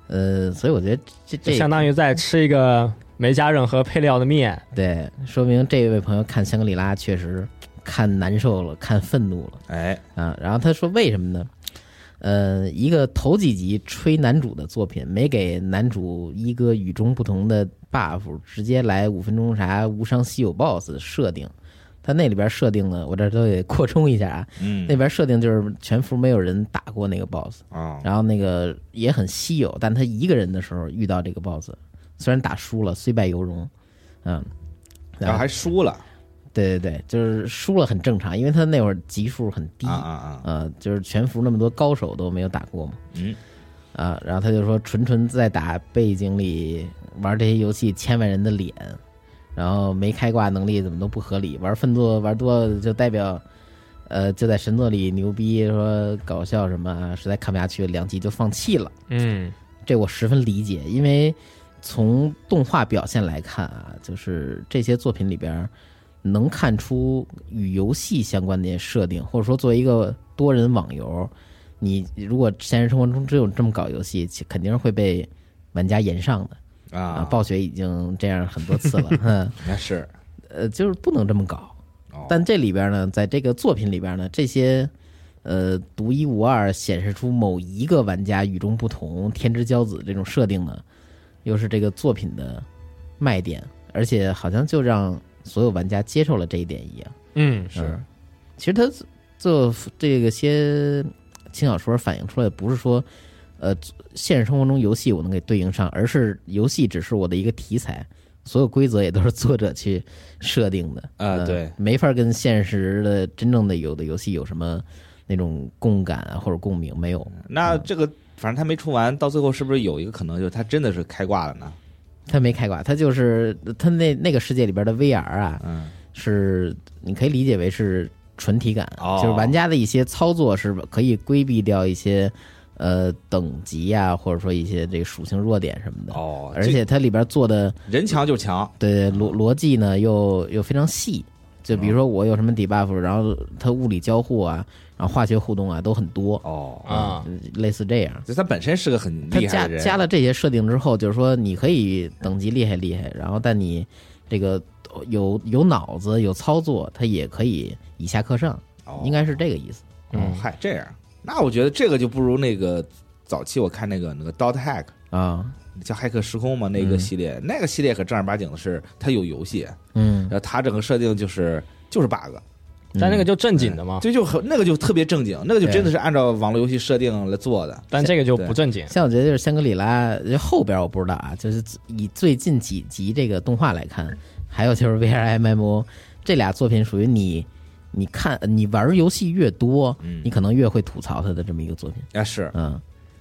呃，所以我觉得这
就
这
相当于在吃一个没加任何配料的面。
对，说明这位朋友看香格里拉确实看难受了，看愤怒了。
哎，
啊，然后他说为什么呢？呃，一个头几集吹男主的作品，没给男主一个与众不同的 buff，直接来五分钟啥无伤稀有 boss 设定，它那里边设定的，我这都得扩充一下啊，
嗯
那边设定就是全服没有人打过那个 BOSS，
啊，
然后那个也很稀有，但他一个人的时候遇到这个 BOSS，虽然打输了，虽败犹荣，嗯，
然后还输了
对对对，就是输了很正常，因为他那会儿级数很低，
啊啊啊，
呃，就是全服那么多高手都没有打过嘛，
嗯，
啊，然后他就说纯纯在打背景里玩这些游戏千万人的脸，然后没开挂能力怎么都不合理，玩粪作玩多了就代表，呃，就在神作里牛逼，说搞笑什么啊，实在看不下去，两集就放弃了。
嗯
这我十分理解，因为从动画表现来看啊，就是这些作品里边儿能看出与游戏相关的设定，或者说作为一个多人网游，你如果现实生活中只有这么搞游戏，其肯定是会被玩家延上的啊。
啊，
暴雪已经这样很多次了，嗯，
那是
呃，就是不能这么搞。
哦
但这里边呢，在这个作品里边呢，这些呃独一无二显示出某一个玩家与众不同、天之骄子这种设定呢，又是这个作品的卖点，而且好像就让所有玩家接受了这一点一样。
嗯
是，其实他做这个些轻小说反映出来，不是说呃现实生活中游戏我能给对应上，而是游戏只是我的一个题材。所有规则也都是作者去设定的
啊
呃
对
没法跟现实的真正的有的游戏有什么那种共感啊或者共鸣没有，
那这个反正他没出完，到最后是不是有一个可能就是他真的是开挂了呢？
他没开挂，他就是他那那个世界里边的 VR 啊，
嗯，
是你可以理解为是纯体感，
哦
就是玩家的一些操作是可以规避掉一些呃等级呀、或者说一些这个属性弱点什么的。
哦，
而且它里边做的
这人强就强，
对逻逻辑呢又又非常细，就比如说我有什么 debuff，然后它物理交互啊，然后化学互动啊都很多，呃
哦，
啊，
类似这样。
就他本身是个很
它
厉害
加
的人，
加了这些设定之后，就是说你可以等级厉害厉害，然后但你这个有有脑子有操作，它也可以以下课上，
哦
应该嗯是这个意思。
哦，嗨，这样，那我觉得这个就不如那个早期我看那个那个 Dot Hack
啊，
叫《骇客时空》嘛，那个系列，那个系列可正儿八经的是它有游戏，
嗯
然，后它整个设定就是就是 bug，
嗯
但那个就正经的嘛，
这就很那个就特别正经，那个就真的是按照网络游戏设定来做的。
但这个就不正经。
像我觉得就是香格里拉就后边我不知道啊，就是以最近几集这个动画来看，还有就是 VRMMO 这俩作品属于你。你看，你玩游戏越多，你可能越会吐槽它的这么一个作品，
啊，是
嗯，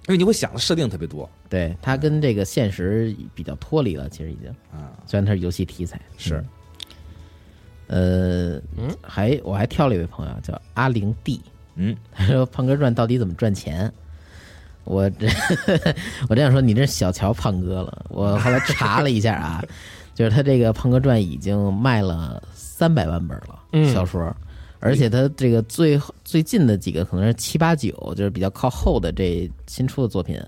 因为你会想的设定特别多
对，它跟这个现实比较脱离了，其实已经。
啊，
虽然它是游戏题材，
是
呃，还我还挑了一位朋友啊叫阿玲弟，
嗯，
他说《胖哥传》到底怎么赚钱？我这 我这样说，你这小瞧胖哥了。我后来查了一下啊，就是他这个《胖哥传》已经卖了三百万本了，
嗯
小说，而且他这个最后最近的几个可能是七八九，就是比较靠后的这新出的作品，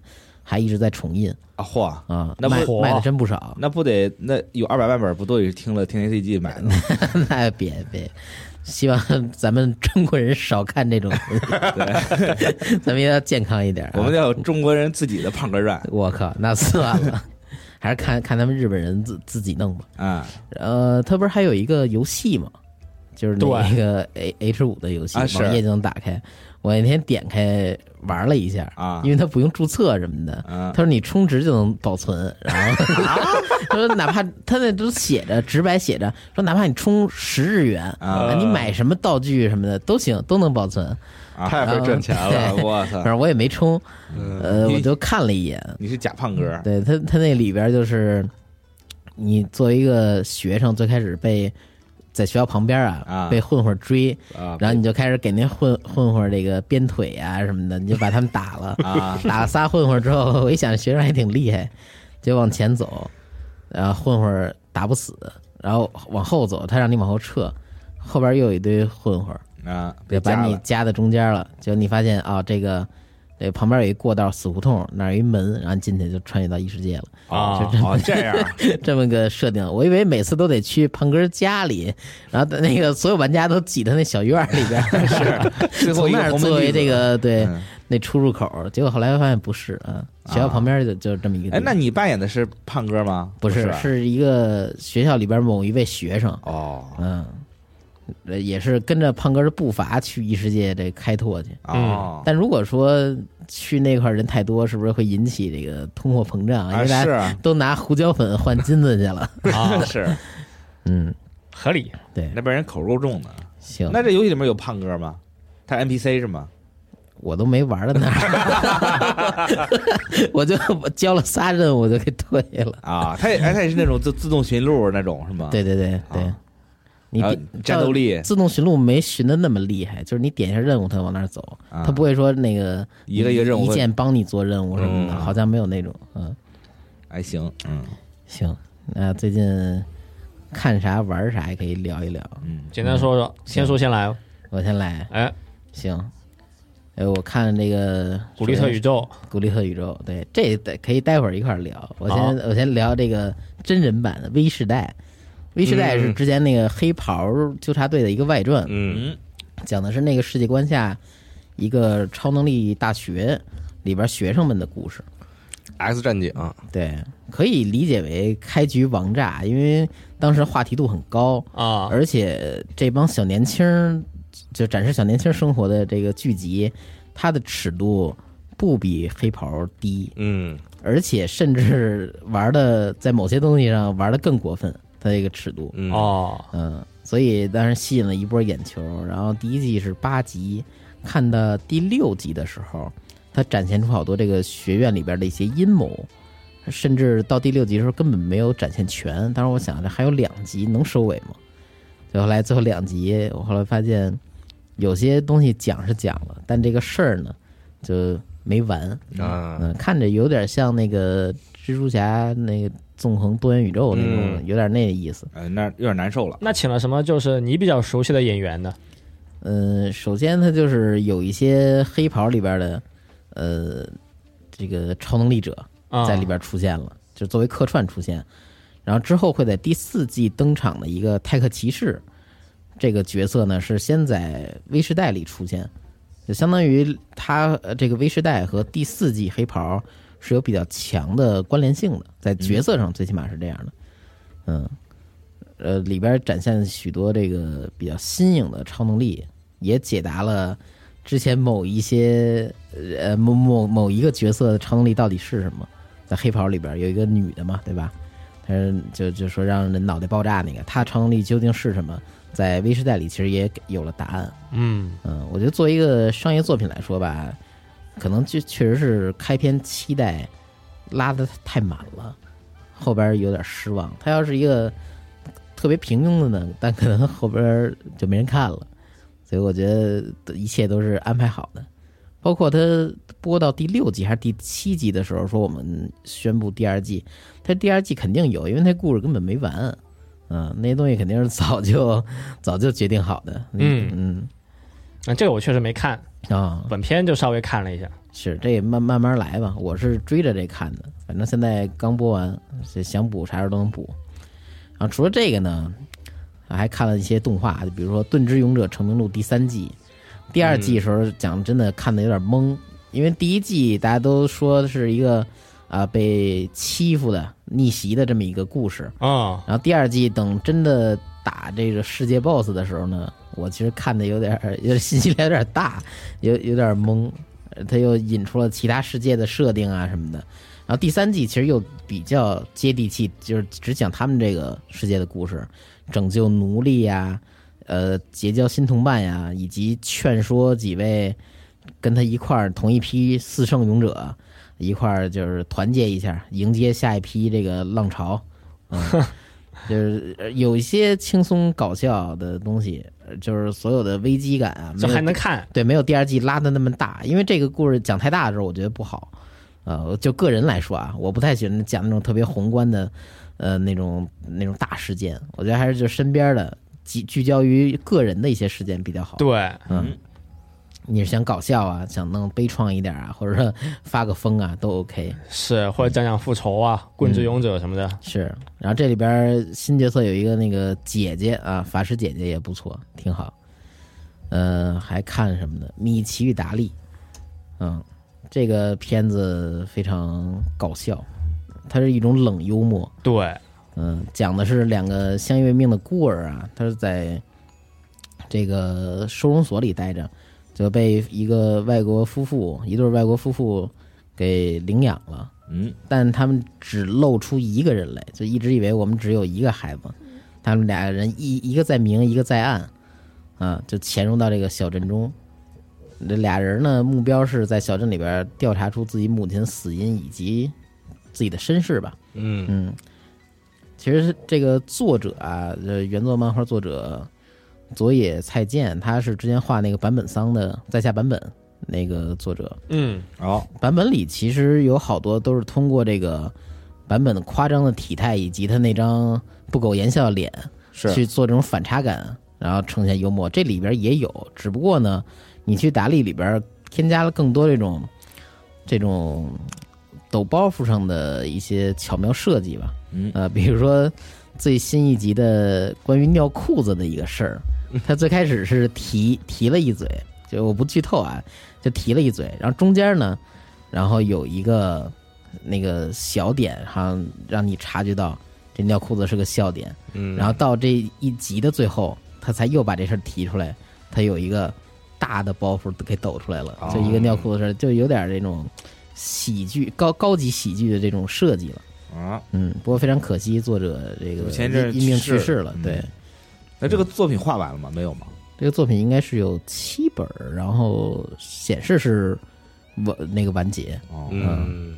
还一直在重印
啊，嚯，
啊，
那不
卖
火
卖的真不少。
那不得那有二百万本，不都也是听了天天 C G 买的 吗？
那别别，希望咱们中国人少看这种东西， 咱们也要健康一点、
我们
啊、
要有中国人自己的胖哥传
我靠，那算了，还是看看他们日本人自自己弄吧。
啊
呃，他不是还有一个游戏吗？就是那
对
个 A H 五的游戏，
啊是
网页就能打开。我那天点开玩了一下
啊
因为它不用注册什么的。
啊
他说你充值就能保存，然 后他说哪怕他那都写着直白写着说哪怕你充十日元
啊
你买什么道具什么的都行，都能保存。
啊！
太会赚钱了。
啊我操
反，正我也没充，呃，
你
我就看了一眼。
你是假胖哥
对他，他那里边就是你作为一个学生，最开始被在学校旁边啊
啊
被混混追，
啊
然后你就开始给那混混混这个鞭腿啊什么的，你就把他们打了。
啊
打了仨混混之后，我一想学生还挺厉害，就往前走，然后混混打不死，然后往后走，他让你往后撤，后边又有一堆混混，
啊！
对，
别
把
加
你
了
夹在中间了。就你发现啊、这个这旁边有一过道死胡同，那儿有一门，然后进去就穿越到异世界了。
啊！哦，这样
这么个设定，我以为每次都得去胖哥家里，然后那个所有玩家都挤到那小院儿里边，
最后
从
一
那
个
儿
红焖
作为
栗子
这个对
嗯
那出入口。结果后来发现不是啊，学校旁边就就这么一个地
哎，
方。
那你扮演的是胖哥吗？
不
是啊
是
吧
是一个学校里边某一位学生，
哦，
嗯，呃也是跟着胖哥的步伐去异世界这开拓去。
哦，
嗯但如果说去那块儿人太多，是不是会引起这个通货膨胀？因
啊
为大
是
家
啊
都拿胡椒粉换金子去了。
啊，
是
嗯，
合理。
对，
那边人口够重的。
行，
那这游戏里面有胖哥吗？他是 NPC 是吗？
我都没玩到 那儿，我就我交了仨任务就给退了。
啊，他也哎，他也是那种自自动寻路那种是吗？
对对对对，
啊
你
然后
点
战斗力
自动寻路没寻的那么厉害，就是你点一下任务，它往那儿走，
啊
它不会说那个
一个一个任务
一
会
键帮你做任务什么的，
嗯
好像没有那种。嗯，
还行，嗯
行，那最近看啥玩啥也可以聊一聊。
嗯，
简单说说，先说先来。
我先来，
哎，
行。哎，我看这个《
古力特宇宙》
古力特宇宙，对，这得可以待会儿一块儿聊。我先、
好
我先聊这个真人版的《V 世代》，《V 世代》
嗯
是之前那个黑袍纠察队的一个外传，
嗯
讲的是那个世界观下一个超能力大学里边学生们的故事。
，X 战警，
对，可以理解为开局王炸，因为当时话题度很高，
啊，
而且这帮小年轻儿就展示小年轻生活的这个剧集，它的尺度不比黑袍低。
嗯
而且甚至玩的在某些东西上玩的更过分，它这个尺度，
嗯，
哦，
嗯，所以当时吸引了一波眼球。然后第一季是八集，看到第六集的时候，它展现出好多这个学院里边的一些阴谋，甚至到第六集的时候根本没有展现全。当时我想着还有两集能收尾吗？最后来最后两集，我后来发现有些东西讲是讲了，但这个事儿呢就没完。
啊，
嗯，看着有点像那个蜘蛛侠那个纵横多元宇宙那种，
嗯
有点那意思。
呃，那有点难受了。
那请了什么？就是你比较熟悉的演员呢？
嗯，首先它就是有一些黑袍里边的，呃，这个超能力者
啊，
在里边出现了，就作为客串出现。然后之后会在第四季登场的一个泰克骑士这个角色呢，是先在微时代里出现，就相当于他呃这个微时代和第四季黑袍是有比较强的关联性的，在角色上最起码是这样的，嗯，呃里边展现许多这个比较新颖的超能力，也解答了之前某一些呃某某某一个角色的超能力到底是什么，在黑袍里边有一个女的嘛，对吧？她就就说让人脑袋爆炸那个，她超能力究竟是什么？在微时代里其实也有了答案。
嗯
嗯，我觉得作为一个商业作品来说吧，可能就确实是开篇期待拉的太满了，后边有点失望。它要是一个特别平庸的呢，但可能后边就没人看了。所以我觉得一切都是呃安排好的，包括它播到第六集还是第七集的时候，说我们宣布第二季，它第二季肯定有，因为它故事根本没完。嗯，那些东西肯定是早就早就决定好的。
嗯
嗯
那这个我确实没看，
啊，
本片就稍微看了一下。
是，这也慢慢慢来吧。我是追着这看的，反正现在刚播完，这想补啥时候都能补。然后除了这个呢，啊还看了一些动画，就比如说《盾之勇者成名录》第三季，第二季的时候讲真的看的有点懵，因为第一季大家都说是一个啊、被欺负的逆袭的这么一个故事，
啊，
然后第二季等真的打这个世界 BOSS 的时候呢，我其实看的有点儿有点信息量有点大，有有点懵。呃他又引出了其他世界的设定啊什么的。然后第三季其实又比较接地气，就是只讲他们这个世界的故事，拯救奴隶呀、呃，结交新同伴呀、以及劝说几位跟他一块儿同一批四圣勇者一块儿就是团结一下，迎接下一批这个浪潮。嗯 就是呃有一些轻松搞笑的东西，呃就是所有的危机感啊，
这
没有
还能看
对没有第二季拉的那么大，因为这个故事讲太大的时候，我觉得不好。呃，就个人来说啊，我不太喜欢讲那种特别宏观的，呃，那种那种大事件。我觉得还是就身边的聚聚焦于个人的一些事件比较好。
对，
嗯，你是想搞笑啊，想弄悲怆一点啊，或者说发个疯啊，都 OK。
是或者讲讲复仇啊、棍之勇者什么的。
是，然后这里边儿新角色有一个那个姐姐啊，法师姐姐也不错，挺好。呃，还看什么呢？《米奇与达利》，嗯，这个片子非常搞笑，它是一种冷幽默，
对，
嗯，讲的是两个相依为命的孤儿啊，他是在这个收容所里待着，就被一个外国夫妇，一对外国夫妇给领养了。
嗯，
但他们只露出一个人来，就一直以为我们只有一个孩子。他们俩人一一个在明，一个在暗，啊，就潜入到这个小镇中。这俩人呢，目标是在小镇里边调查出自己母亲死因以及自己的身世吧。
嗯
嗯，其实这个作者啊，呃，原作漫画作者佐野菜健，他是之前画那个坂本桑的在下版本那个作者。
嗯
哦，
版本里其实有好多都是通过这个版本夸张的体态以及他那张不苟言笑的脸，
是
去做这种反差感，然后呈现幽默。这里边也有，只不过呢，你去达利里边添加了更多这种这种抖包袱上的一些巧妙设计吧。
嗯
呃，比如说最新一集的关于尿裤子的一个 事儿，他最开始是提提了一嘴，就我不剧透啊，就提了一嘴，然后中间呢，然后有一个那个小点，好像让你察觉到这尿裤子是个笑点。
嗯，
然后到这一集的最后，他才又把这事儿提出来，他有一个大的包袱给抖出来了，就一个尿裤子事儿，就有点这种喜剧高高级喜剧的这种设计了。
啊。
嗯，不过非常可惜，作者这个
前阵儿
因因病
去世
去世了。嗯对，
那这个作品画完了吗？没有吗？
这个作品应该是有七本儿，然后显示是完那个完结，
哦，
嗯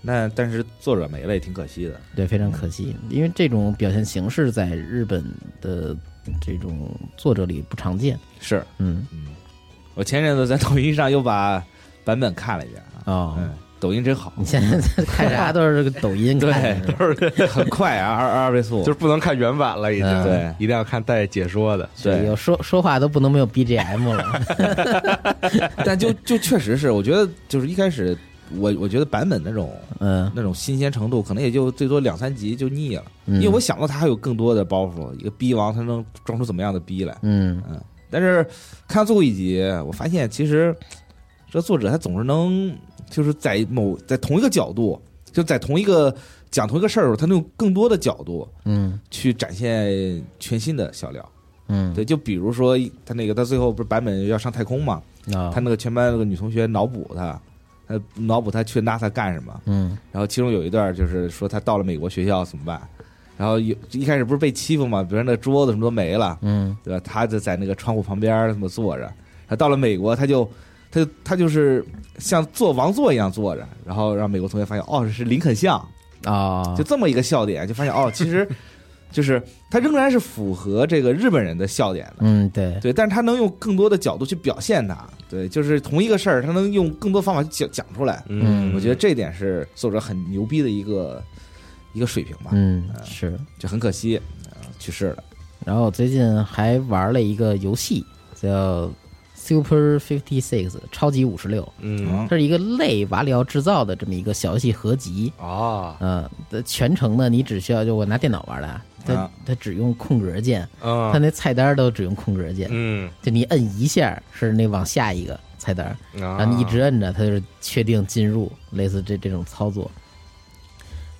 那但是作者没了也挺可惜的。
对，非常可惜，因为这种表现形式在日本的这种作者里不常见。
是
嗯，
我前阵子在抖音上又把版本看了一遍啊，
哦。
嗯，抖音真好，
你现在 在看啥都是这个抖音看的
对
是吧，
很快啊，二二倍速，
就是不能看原版了，已经
嗯
对
一定要看带解说的。
对，
对
有说说话都不能没有 BGM 了。
但就就确实是，我觉得就是一开始我我觉得版本那种
嗯，
那种新鲜程度，可能也就最多两三集就腻了，
因
因为我想到他还有更多的包袱，一个逼王他能装出怎么样的逼来？
嗯
但是看到最后一集，我发现其实这作者他总是能就是在某在同一个角度，就在同一个讲同一个事儿的时候，他能用更多的角度
嗯
去展现全新的笑料。
嗯，
对，就比如说他那个他最后不是版本要上太空嘛，
啊
他那个全班那个女同学脑补他，他脑补他去 NASA 干什么，
嗯
然后其中有一段就是说他到了美国学校怎么办，然后有一开始不是被欺负嘛，比如那桌子什么都没了。
嗯
对吧？他就在那个窗户旁边儿这么坐着。他到了美国，他就他就他就是像做王座一样坐着，然后让美国同学发现，哦，是林肯像，
啊，
就这么一个笑点，就发现哦，其实就是他仍然是符合这个日本人的笑点的。
嗯对，
对，但是他能用更多的角度去表现它，对，就是同一个事儿，他能用更多方法去讲讲出来。
嗯
我觉得这点是作者很牛逼的一个一个水平吧，
嗯是。
就很可惜、呃去世了。
然后我最近还玩了一个游戏，叫 Super Fifty Six 超级五十六，
嗯
它是一个类瓦里奥制造的这么一个小游戏合集。
啊
嗯，的全程呢，你只需要就我拿电脑玩的啊，它
啊
它只用空格键，它
嗯
那菜单都只用空格键，
嗯
就你摁一下是那往下一个菜单，
啊，
然后你一直摁着，它就是确定进入，类似这这种操作。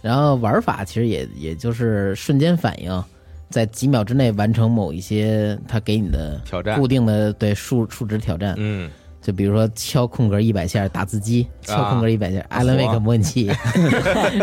然后玩法其实也也就是瞬间反应，在几秒之内完成某一些它给你的
挑战
固定的对数数值挑战，
嗯
就比如说敲空格一百下打字机，
啊
敲空格一百下艾伦威克模拟 器，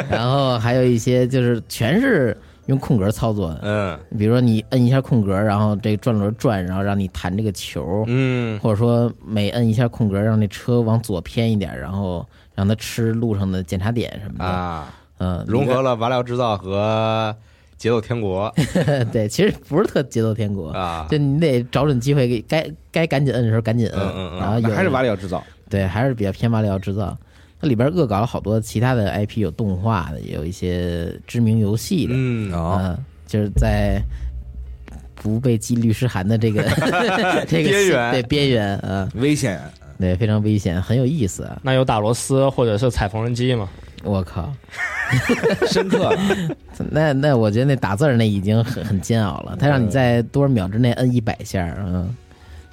然后还有一些就是全是用空格操作的，
嗯
比如说你摁一下空格，然后这个转轮转，然后让你弹这个球，
嗯
或者说每摁一下空格，让那车往左偏一点，然后让它吃路上的检查点什么的。
啊，
嗯，
融合了瓦料制造和节奏天国
对，其实不是特节奏天国，
啊，
就你得找准机会，给该该赶紧摁的时候赶紧摁，
嗯嗯嗯
然啊后有
那还是
的
瓦里奥制造，
对，还是比较偏马里奥制造。它里边恶搞了好多其他的 IP，有动画的，也有一些知名游戏的，
嗯
嗯，就是在不被记律师函的这 个这个
边缘
对边缘啊、
危险。
对，非常危险，很有意思啊！
那有打螺丝或者是踩缝纫机嘛？
我靠，
深刻 了，
那那我觉得那打字儿那已经很很煎熬了，他让你在多少秒之内摁一百下儿，嗯，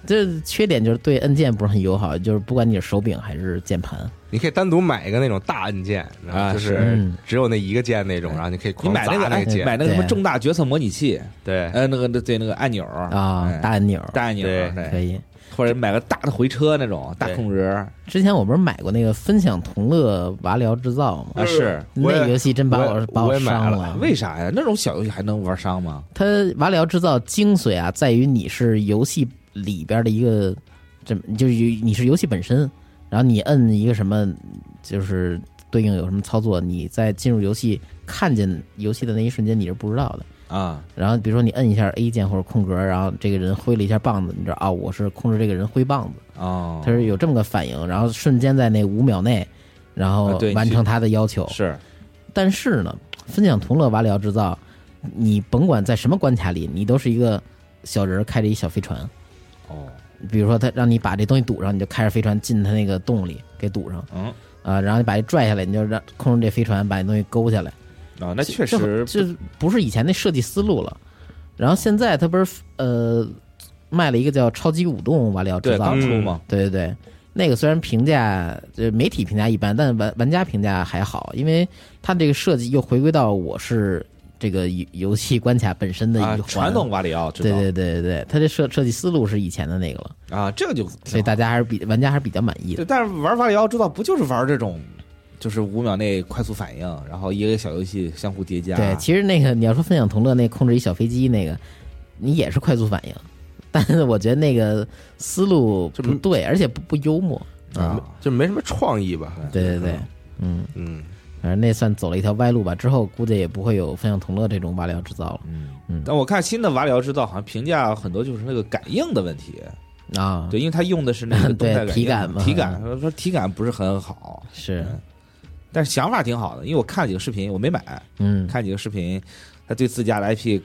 这缺点就是对按键不是很友好，就是不管你是手柄还是键盘，
你可以单独买一个那种大按键，然后
啊
就是
嗯
只有那一个键那种，然后你可以
你
狂
买
砸
那个哎
个键。
买那个什么
对
重大决策模拟器，
对，
呃，那个那对那个按钮
啊，
哎
大按钮
大按钮，
对
可
对，
以。
或者买个大的回车那种大
对
控制
之前我不是买过那个分享同乐娃聊制造吗？
啊，是
那
我也
个游戏真把
我
我
也
把
我也买
伤
了
了。
为啥呀？那种小游戏还能玩伤吗？
它瓦里奥制造精髓啊，在于你是游戏里边的一个，这就是你是游戏本身，然后你摁一个什么，就是对应有什么操作，你在进入游戏看见游戏的那一瞬间你是不知道的。
啊，
然后比如说你摁一下 A 键或者空格，然后这个人挥了一下棒子，你知道啊、我是控制这个人挥棒子，
哦，
它是有这么个反应，然后瞬间在那五秒内，然
啊
后
对
完
你
成他的要求。
是
但是呢，分享同乐瓦里奥制造，你甭管在什么关卡里，你都是一个小人儿开着一小飞船。
哦，
比如说，他让你把这东西堵上，你就开着飞船进他那个洞里给堵上
嗯，
啊、然后你把这拽下来，你就让控制这飞船把这东西勾下来。
啊，那确
这
实
这不是以前那设计思路了。然后现在他不是呃卖了一个叫超级舞动瓦里奥制
对
造
刚
的，
出嘛，
对对对，那个虽然评价呃媒体评价一般，但玩玩家评价还好，因为它这个设计又回归到我是这个游游戏关卡本身的一
啊，
环
传统。瓦里奥知
对
道
对对对对，它这设设计思路是以前的那个了，
啊，这个就
所以大家还是比玩家还是比较满意的。
对，但是玩瓦里奥知道不就是玩这种，就是五秒内快速反应，然后一个小游戏相互叠加，
对，其实那个你要说分享同乐那控制一小飞机那个，你也是快速反应， 但是我觉得那个思路
这
不
不
对，而且不不幽默。
啊，
就没什么创意吧？
对对对，嗯，
嗯，
反正那算走了一条歪路吧。之后估计也不会有分享同乐这种瓦料制造了
嗯，但我看新的瓦里奥知道好像评价很多就是那个感应的问题，
啊。
对，因为它用的是那个
对
动态感应
体感嘛
体感说体感不是很好，
是，
但是想法挺好的，因为我看了几个视频，我没买，
嗯，
看几个视频，他对自家的 IP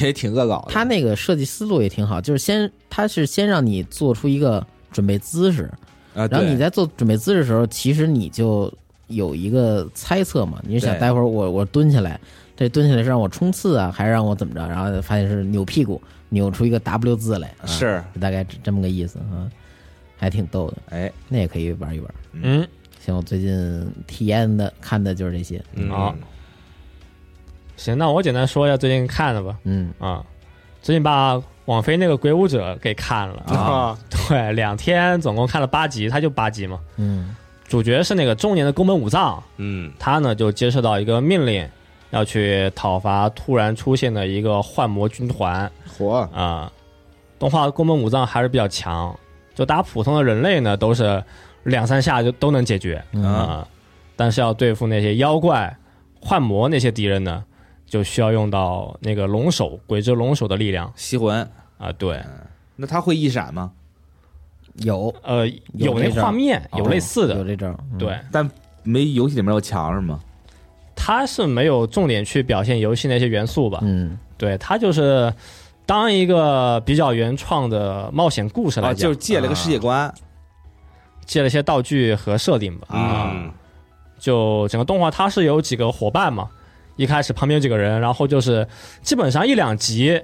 也挺恶搞的，
他那个设计思路也挺好，就是先他是先让你做出一个准备姿势，
啊，
然后你
对
在做准备姿势的时候，其实你就有一个猜测嘛，你是想
对
待会儿我我蹲下来，这蹲下来是让我冲刺啊，还是让我怎么着？然后发现是扭屁股，扭出一个 W 字来，啊、
是
大概这么个意思啊，还挺逗的，
哎，
那也可以玩一玩。
嗯，
行，我最近体验的看的就是这些，
嗯
好行，那我简单说一下最近看的吧。
嗯，
啊，最近把网飞那个《鬼舞者》给看了
啊，
对，两天总共看了八集，它就八集嘛。
嗯
主角是那个中年的宫本武藏，
嗯
他呢就接受到一个命令，要去讨伐突然出现的一个幻魔军团
火
啊、动画宫本武藏还是比较强，就打普通的人类呢都是两三下就都能解决
嗯
啊、但是要对付那些妖怪、幻魔那些敌人呢，就需要用到那个龙首鬼之龙首的力量
吸魂，
啊、对，
那他会一闪吗？
有
呃，有那
这
画面，
招
有类似的，
有这招儿，嗯
对，
但没游戏里面有强是吗？
它是没有重点去表现游戏那些元素吧？
嗯，
对，它就是当一个比较原创的冒险故事来
啊，
讲，
就是借了个世界观
借了一些道具和设定吧。
啊
啊
嗯，
就整个动画它是有几个伙伴嘛，一开始旁边有几个人，然后就是基本上一两集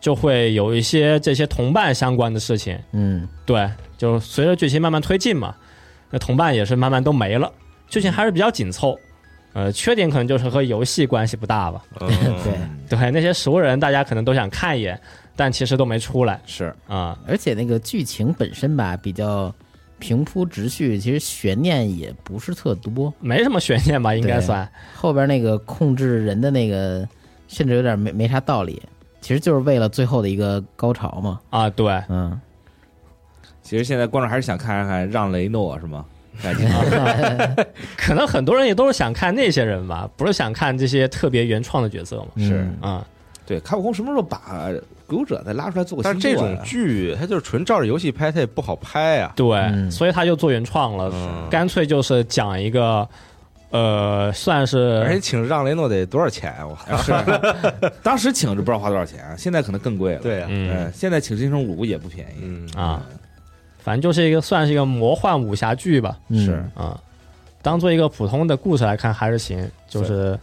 就会有一些这些同伴相关的事情，
嗯
对，就随着剧情慢慢推进嘛，那同伴也是慢慢都没了，剧情还是比较紧凑。呃，缺点可能就是和游戏关系不大吧。
嗯，
对，
对，那些熟人大家可能都想看一眼，但其实都没出来
是
啊、
而且那个剧情本身吧比较平铺直叙，其实悬念也不是特多。
没什么悬念吧，应该
对
算。
后边那个控制人的那个，甚至有点没没啥道理，其实就是为了最后的一个高潮嘛。
啊，对，
嗯，
其实现在观众还是想看看让雷诺是吗？感 觉
可能很多人也都是想看那些人吧，不是想看这些特别原创的角色嘛。
是
嗯
啊、
对，卡普空什么时候把《鬼武者》再拉出来做个
但是
新
这
作
种
呀
剧它就是纯照着游戏拍，它也不好拍啊。
对，
嗯
所以他就做原创了，
嗯
干脆就是讲一个，呃，算
而且
是
请让雷诺得多少钱啊？我
是，当时请就不知道花多少钱，啊现在可能更贵了。，
对啊，
嗯
嗯，现在请金城武也不便宜。
嗯
啊，反正就是一个算是一个魔幻武侠剧吧。
嗯
是
啊、当做一个普通的故事来看还是行，就是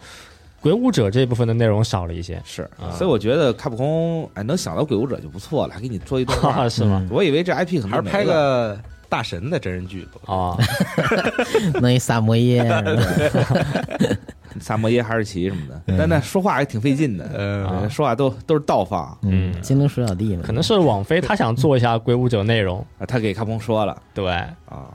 鬼舞者这部分的内容少了一些，
是
啊，，
所以我觉得卡普空哎能想到鬼武者就不错了，还给你做 一动画
是吗？
我以为这 IP 可能
还是拍
没了
个大神的真人剧吧。
啊，
嗯弄一萨摩耶什么的，
萨摩耶哈士奇什么的，
嗯
但那说话还挺费劲的，
呃，
呃说话都都是倒放啊
嗯，
嗯
精灵鼠小弟嘛，
可能是网飞他想做一下鬼舞者内容，
啊，他给卡普空说了
对
啊，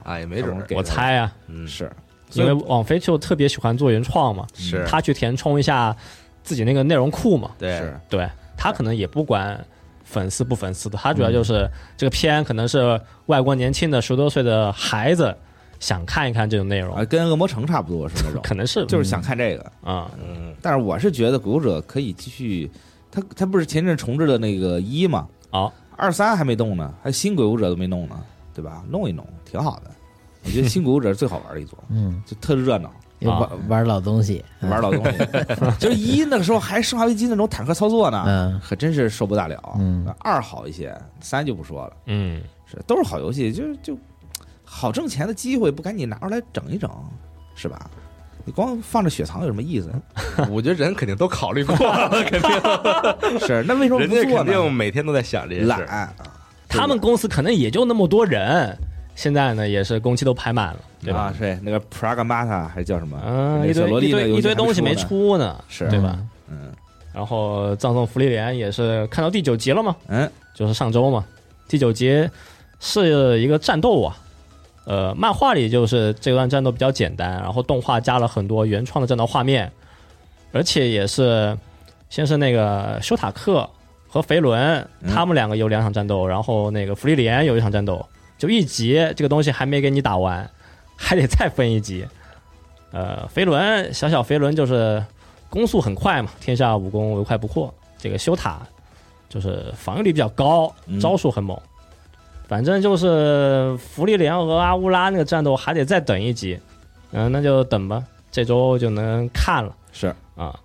啊，也没准
他
儿
们给
我
了
猜啊，
嗯，
是
因为网飞就特别喜欢做原创嘛，
是
他去填充一下自己那个内容库嘛，
对
是
对他可能也不管粉丝不粉丝的，他主要就是这个片可能是外国年轻的十多岁的孩子想看一看这种内容
啊，，跟恶魔城差不多是那种，
可能是
就是想看这个，
啊，
嗯
但是我是觉得《鬼武者》可以继续，他他不是前阵重置的那个一嘛？
哦，
二三还没动呢，还新《鬼武者》都没弄呢，对吧？弄一弄挺好的，我觉得新《鬼武者》是最好玩的一座，
嗯，
就特热闹，
又
啊
玩玩老东西，嗯
玩老东 西。就是一那个时候还《生化危机》那种坦克操作呢，
嗯
可真是受不大了。
嗯
二好一些，三就不说了，
嗯，
是都是好游戏，就是就好挣钱的机会，不赶紧拿出来整一整，是吧？你光放着雪藏有什么意思？
我觉得人肯定都考虑过了，肯定
是那为什么
人
不
家
做
肯定
呢？
每天都在想这些事
懒
儿。
啊，
他们公司可能也就那么多人，现在呢也是工期都排满了，对吧？
啊，是那个 Praga Mata 还是叫什么？
嗯、
那
一
个小
堆
萝
一
莉那
堆
游戏
一堆
还
东西没
呢，
出呢，
是
对吧？
嗯
然后葬送福利莲也是看到第九集了嘛，
嗯，
就是上周嘛，第九集是一个战斗啊。呃，漫画里就是这段战斗比较简单，然后动画加了很多原创的战斗画面，而且也是先是那个修塔克和肥伦
嗯
他们两个有两场战斗，然后那个弗利莲有一场战斗，就一集这个东西还没给你打完，还得再分一集。呃，肥伦小小肥伦就是攻速很快嘛，天下武功唯快不破。这个修塔就是防御力比较高
嗯，
招数很猛。反正就是弗利莲和阿乌拉那个战斗还得再等一集，嗯、那就等吧，这周就能看了
是
啊。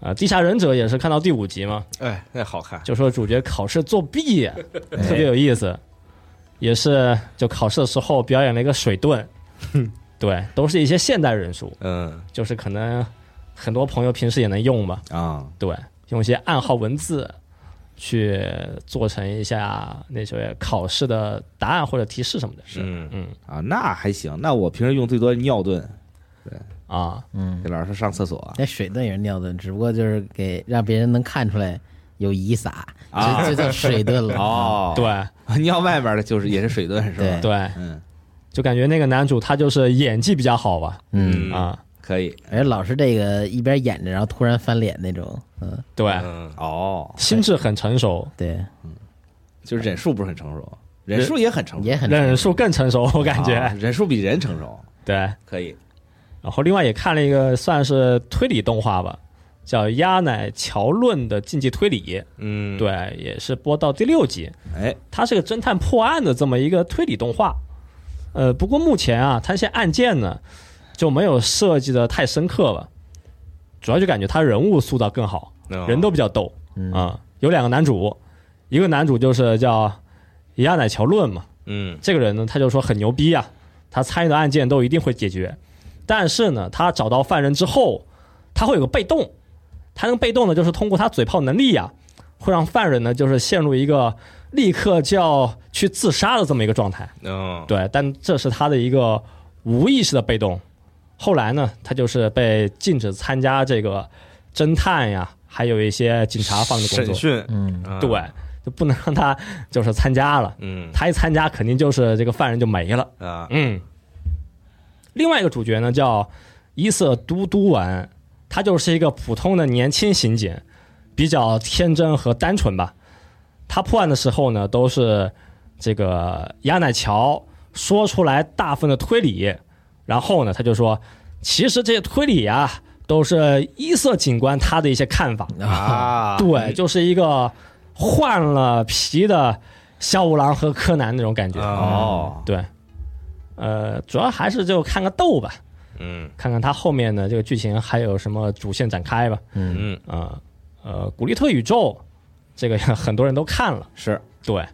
啊，地下忍者也是看到第五集嘛，
哎，那好看，
就说主角考试作弊，特别有意思，也是就考试的时候表演了一个水遁，对，都是一些现代忍术，
嗯，
就是可能很多朋友平时也能用吧，
啊，
对，用一些暗号文字去做成一下那些考试的答案或者提示什么的。
嗯
嗯
啊，那还行。那我平时用最多的尿遁，
啊，
嗯，
给老师上厕所
那水遁也是尿遁，只不过就是给让别人能看出来有遗撒，
啊
就就叫水遁 了。
哦，
对
尿外面的就是也是水遁是吧？
对
对，
嗯，
就感觉那个男主他就是演技比较好吧？
嗯，
嗯
啊，
可以
而哎老是这个一边演着，然后突然翻脸那种，嗯，
对，
嗯
哦，
心智很成熟，
对，
就是忍术不是很成熟，忍术也很成熟，
也很
忍术更成熟，我感
啊
觉
忍术比人成熟，
对。
可以
然后另外也看了一个算是推理动画吧，叫《鸭奶乔论的竞技推理》，
嗯，
对，也是播到第六集。
哎，
它是个侦探破案的这么一个推理动画。呃，不过目前啊，它一些案件呢就没有设计的太深刻了，主要就感觉他人物塑造更好，
嗯，
人都比较逗
嗯
啊、有两个男主，一个男主就是叫亚乃乔论嘛，
嗯
这个人呢他就说很牛逼啊，他参与的案件都一定会解决，但是呢，他找到犯人之后，他会有个被动，他那个被动呢就是通过他嘴炮能力呀、啊会让犯人呢就是陷入一个立刻就要去自杀的这么一个状态。
嗯，
对，但这是他的一个无意识的被动。后来呢，他就是被禁止参加这个侦探呀，还有一些警察方面的工
审
作，
讯，
嗯
啊
对，，就不能让他就是参加了。
嗯
他一参加，肯定就是这个犯人就没了。
啊，
嗯，另外一个主角呢叫伊瑟嘟嘟丸，他就是一个普通的年轻刑警，比较天真和单纯吧。他破案的时候呢，都是这个亚乃乔说出来大部分的推理，然后呢，他就说，其实这些推理啊，都是伊瑟警官他的一些看法。
啊，
对，就是一个换了皮的小五郎和柯南那种感觉。
啊
哦，
对，呃，主要还是就看个逗吧，
嗯
看看它后面的这个剧情还有什么主线展开吧。
嗯
嗯
啊、呃，古力特宇宙这个 很多人都看了，
是
对，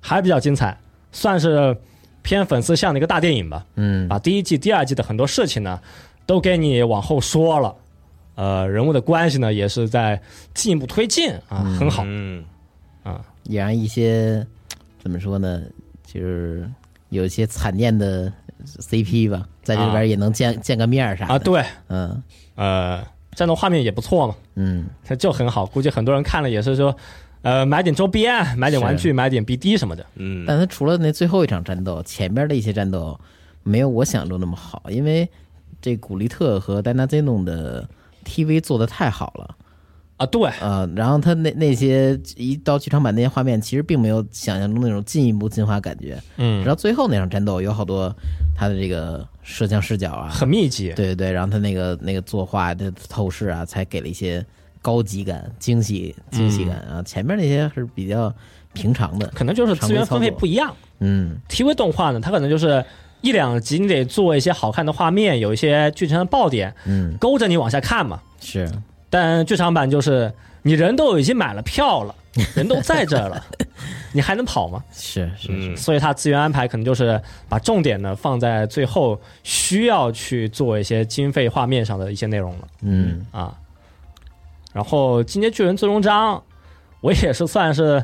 还比较精彩，算是偏粉丝向的一个大电影吧。
嗯
把第一季、第二季的很多事情呢，都给你往后说了，呃人物的关系呢也是在进一步推进啊，
嗯
很好
嗯，
啊。
也让一些怎么说呢，就是有一些惨念的 CP 吧，在这里
啊
边也能见、见个面儿啥的。
啊，对，
嗯
呃，战斗画面也不错嘛，
嗯，
它就很好，估计很多人看了也是说，呃，买点周边，买点玩具，买点 BD 什么的。
嗯，
但他除了那最后一场战斗，前边的一些战斗没有我想中那么好，因为这古力特和丹娜 Zeno 的 TV 做的太好了。
啊，对，
呃，然后他那那些一到剧场版那些画面，其实并没有想象中那种进一步进化感觉。
嗯
直，到最后那场战斗，有好多他的这个摄像视角啊，
很密集，
对对对，然后他那个那个作画的透视啊，才给了一些高级感、惊喜、惊喜感啊。前面那些是比较平常的，
可能就是资源分配不一样。
嗯
TV 动画呢，它可能就是一两集你得做一些好看的画面，有一些剧情的爆点，
嗯，
勾着你往下看嘛。
是
但剧场版就是你人都已经买了票了，人都在这儿了，你还能跑吗？
是是，
嗯
所以它资源安排可能就是把重点呢放在最后需要去做一些经费画面上的一些内容了
嗯
啊。然后《进阶巨人最终章》，我也是算是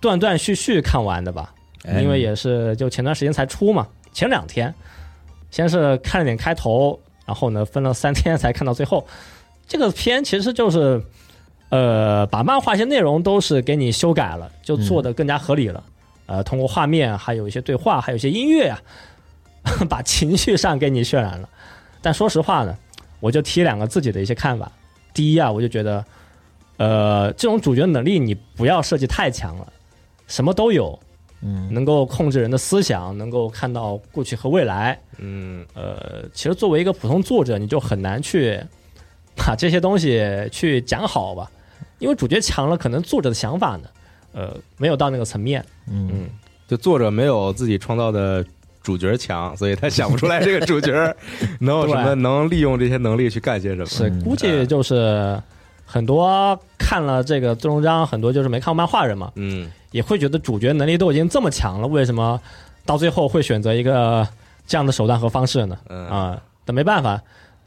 断断续续看完的吧，因为也是就前段时间才出嘛，前两天，先是看了点开头，然后呢分了三天才看到最后。 这个片其实就是，呃，把漫画一些内容都是给你修改了，就做的更加合理了。呃，通过画面，还有一些对话，还有一些音乐啊， 把情绪上给你渲染了。但说实话呢，我就提两个自己的一些看法。第一啊，我就觉得，呃，这种主角能力你不要设计太强了，什么都有，
嗯
能够控制人的思想，能够看到过去和未来。
嗯
呃，其实作为一个普通作者，你就很难去把这些东西去讲好吧，因为主角强了，可能作者的想法呢，呃，没有到那个层面。
嗯
嗯，
就作者没有自己创造的主角强，所以他想不出来这个主角 能有什么，
对
能利用这些能力去干些什么。
是
嗯，
估计就是很多看了这个最终章，很多就是没看过漫画人嘛，
嗯，
也会觉得主角能力都已经这么强了，为什么到最后会选择一个这样的手段和方式呢？
嗯
啊、但没办法，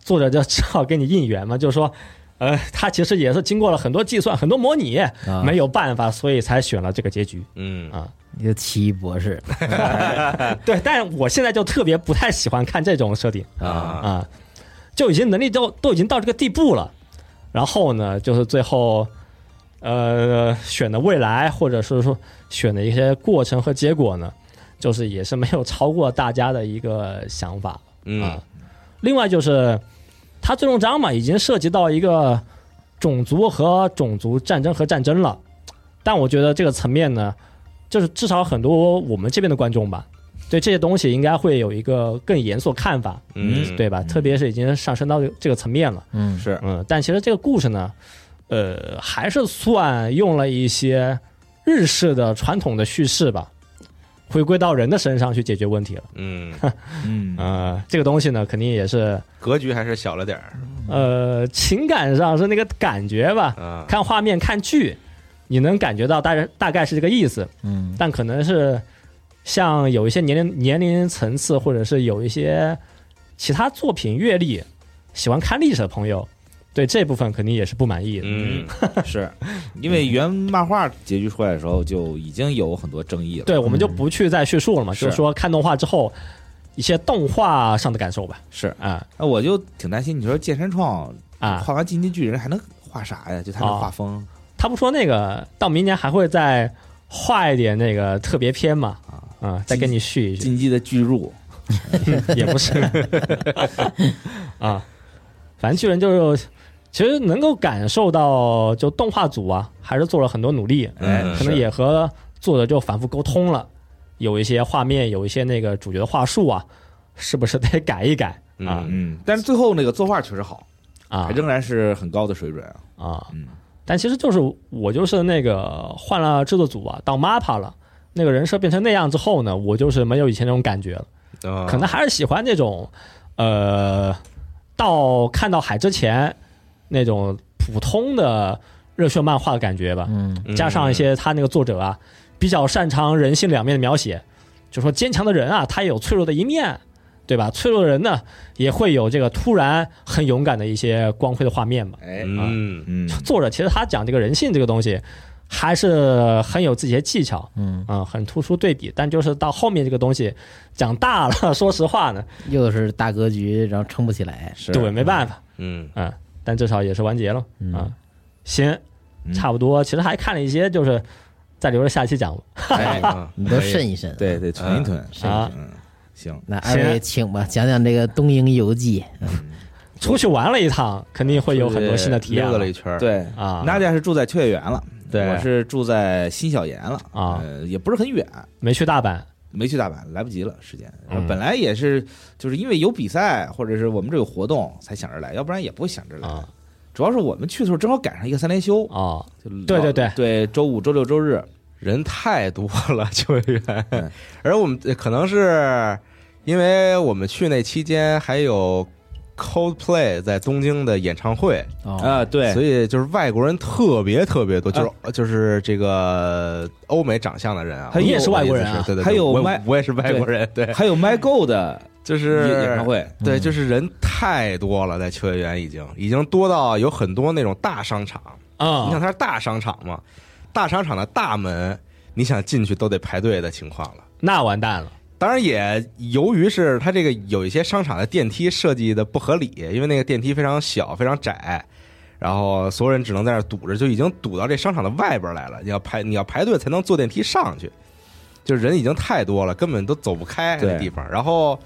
作者就只好给你应援嘛，就是说，呃，他其实也是经过了很多计算、很多模拟，
啊，
没有办法，所以才选了这个结局
嗯
啊。
一个奇异博士
对，但我现在就特别不太喜欢看这种设定
啊
啊，就已经能力都都已经到这个地步了，然后呢，就是最后。呃，选的未来，或者是说选的一些过程和结果呢，就是也是没有超过大家的一个想法。啊
嗯。
另外就是，它最终章嘛，已经涉及到一个种族和种族战争和战争了。但我觉得这个层面呢，就是至少很多我们这边的观众吧，对这些东西应该会有一个更严肃的看法，
嗯，
对吧？特别是已经上升到这个层面了，
嗯
是
嗯。但其实这个故事呢，呃，还是算用了一些日式的传统的叙事吧，回归到人的身上去解决问题了。
嗯，
嗯
呃，这个东西呢，肯定也是
格局还是小了点儿
呃，情感上是那个感觉吧。
啊。
看画面、看剧，你能感觉到大概大概是这个意思，
嗯
但可能是像有一些年龄年龄层次，或者是有一些其他作品阅历，喜欢看历史的朋友，对这部分肯定也是不满意的。
嗯，
是因为原漫画结局出来的时候就已经有很多争议了，
对，我们就不去再叙述了嘛，就是
是
说看动画之后一些动画上的感受吧。
是
啊
那我就挺担心。你说剑山创
啊，
画完《进击巨人》还能画啥呀？就他那
哦
画风，
他不说那个到明年还会再画一点那个特别篇嘛
啊？
啊，再跟你续一续。
进击的巨入，
也不 是啊，反正巨人就是，其实能够感受到，就动画组啊，还是做了很多努力，
哎
嗯
可能
是
也和作者就反复沟通了，有一些画面，有一些那个主角的话术啊，是不是得改一改啊
嗯，但是最后那个作画确实好，
啊
仍然是很高的水准啊。
啊
嗯？
但其实就是我就是那个换了制作组啊，到 MAPA 了。那个人设变成那样之后呢，我就是没有以前那种感觉了。
啊
可能还是喜欢那种，呃，到看到海之前那种普通的热血漫画的感觉吧，
嗯
加上一些他那个作者啊，比较擅长人性两面的描写，就说坚强的人啊，他也有脆弱的一面，对吧？脆弱的人呢，也会有这个突然很勇敢的一些光辉的画面嘛。
哎，
啊
嗯
嗯，
作者其实他讲这个人性这个东西，还是很有自己的技巧
嗯，
啊、很突出对比。但就是到后面这个东西讲大了， 说实话呢，
又是大格局，然后撑不起来。
是
对，没办法，
嗯
嗯，但至少也是完结了
嗯
啊。行，
嗯
差不多。其实还看了一些，就是再留着下期讲吧。
哎，
啊
你都慎一慎。，
对对，囤一囤，
是
啊，
嗯，行，
那二位请吧，讲讲这个《东瀛游记》。
出去玩了一趟，肯定会有很多新的体验
溜达了
了
一圈儿，
对
啊。
娜姐是住在秋叶原了，
对
我是住在新小岩了
啊
呃也不是很远，
没去大阪，
没去大阪，来不及了时间。呃
嗯
本来也是就是因为有比赛或者是我们这有活动才想着来，要不然也不会想着来。
啊
主要是我们去的时候正好赶上一个三连休，
啊，
就老
对对对
对，周五、周六、周日，
人太多了，秋叶
嗯
原。而我们呃可能是因为我们去那期间还有 Coldplay 在东京的演唱会，
哦，
啊，对，
所以就是外国人特别特别多，
啊
就是、就是这个欧美长相的人啊，
还有
我
你也是
外国人啊
我的意思是对对对，
还有
我
外
我也是外国人，对，
还有 My Go 的
就是
演演唱，会，
对，
嗯
就是人太多了，在秋叶原已经已经多到有很多那种大商场，你想
啊，
它是大商场嘛，大商场的大门，你想进去都得排队的情况了。
那完蛋了
当然也由于是它这个有一些商场的电梯设计的不合理，因为那个电梯非常小非常窄，然后所有人只能在那儿堵着，就已经堵到这商场的外边来了。你要排你要排队才能坐电梯上去，就是人已经太多了，根本都走不开
对
那地方。然后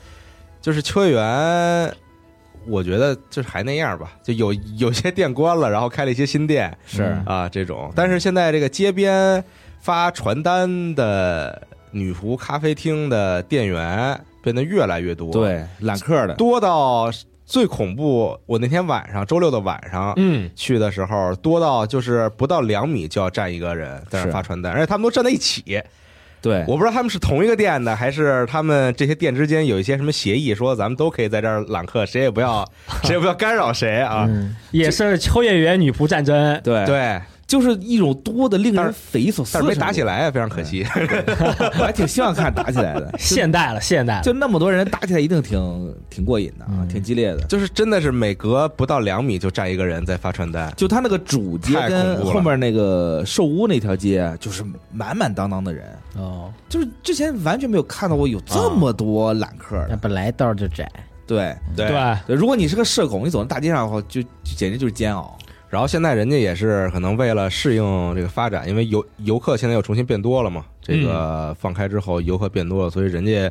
就是秋叶原，我觉得就是还那样吧，就有有些店关了，然后开了一些新店
嗯
是
啊这种。但是现在这个街边发传单的女仆咖啡厅的店员变得越来越多，，
对，揽客的，
多到最恐怖。我那天晚上，周六的晚上，
嗯，
去的时候，多到就是不到两米就要站一个人在那
是
儿发传单，而且他们都站在一起。
对，
我不知道他们是同一个店的，还是他们这些店之间有一些什么协议，说咱们都可以在这儿揽客，谁也不要，谁也不要干扰谁啊。
嗯，
也是秋叶原女仆战争，。
对，
对，
就是一种多的令
但
人
是
匪夷所思，
但是没打起，来，啊非常可惜。
我还挺希望看打起 来的
现代了，现代了
就那么多人打起来，一定挺挺过瘾的啊，
嗯
挺激烈的。
就是真的是每隔不到两米就站一个人在发传单，
就他那个主街
太恐
跟
怖了
后面那个寿屋那条街，就是满满当当的人，
哦，
就是之前完全没有看到过有这么多揽客
那
的。
嗯
本来道儿就窄，
对，
对
对，
对如果你是个社恐，你走在大街上的话，就就简直就是煎熬。
然后现在人家也是可能为了适应这个发展，因为游游客现在又重新变多了嘛，这
嗯
个放开之后游客变多了，所以人家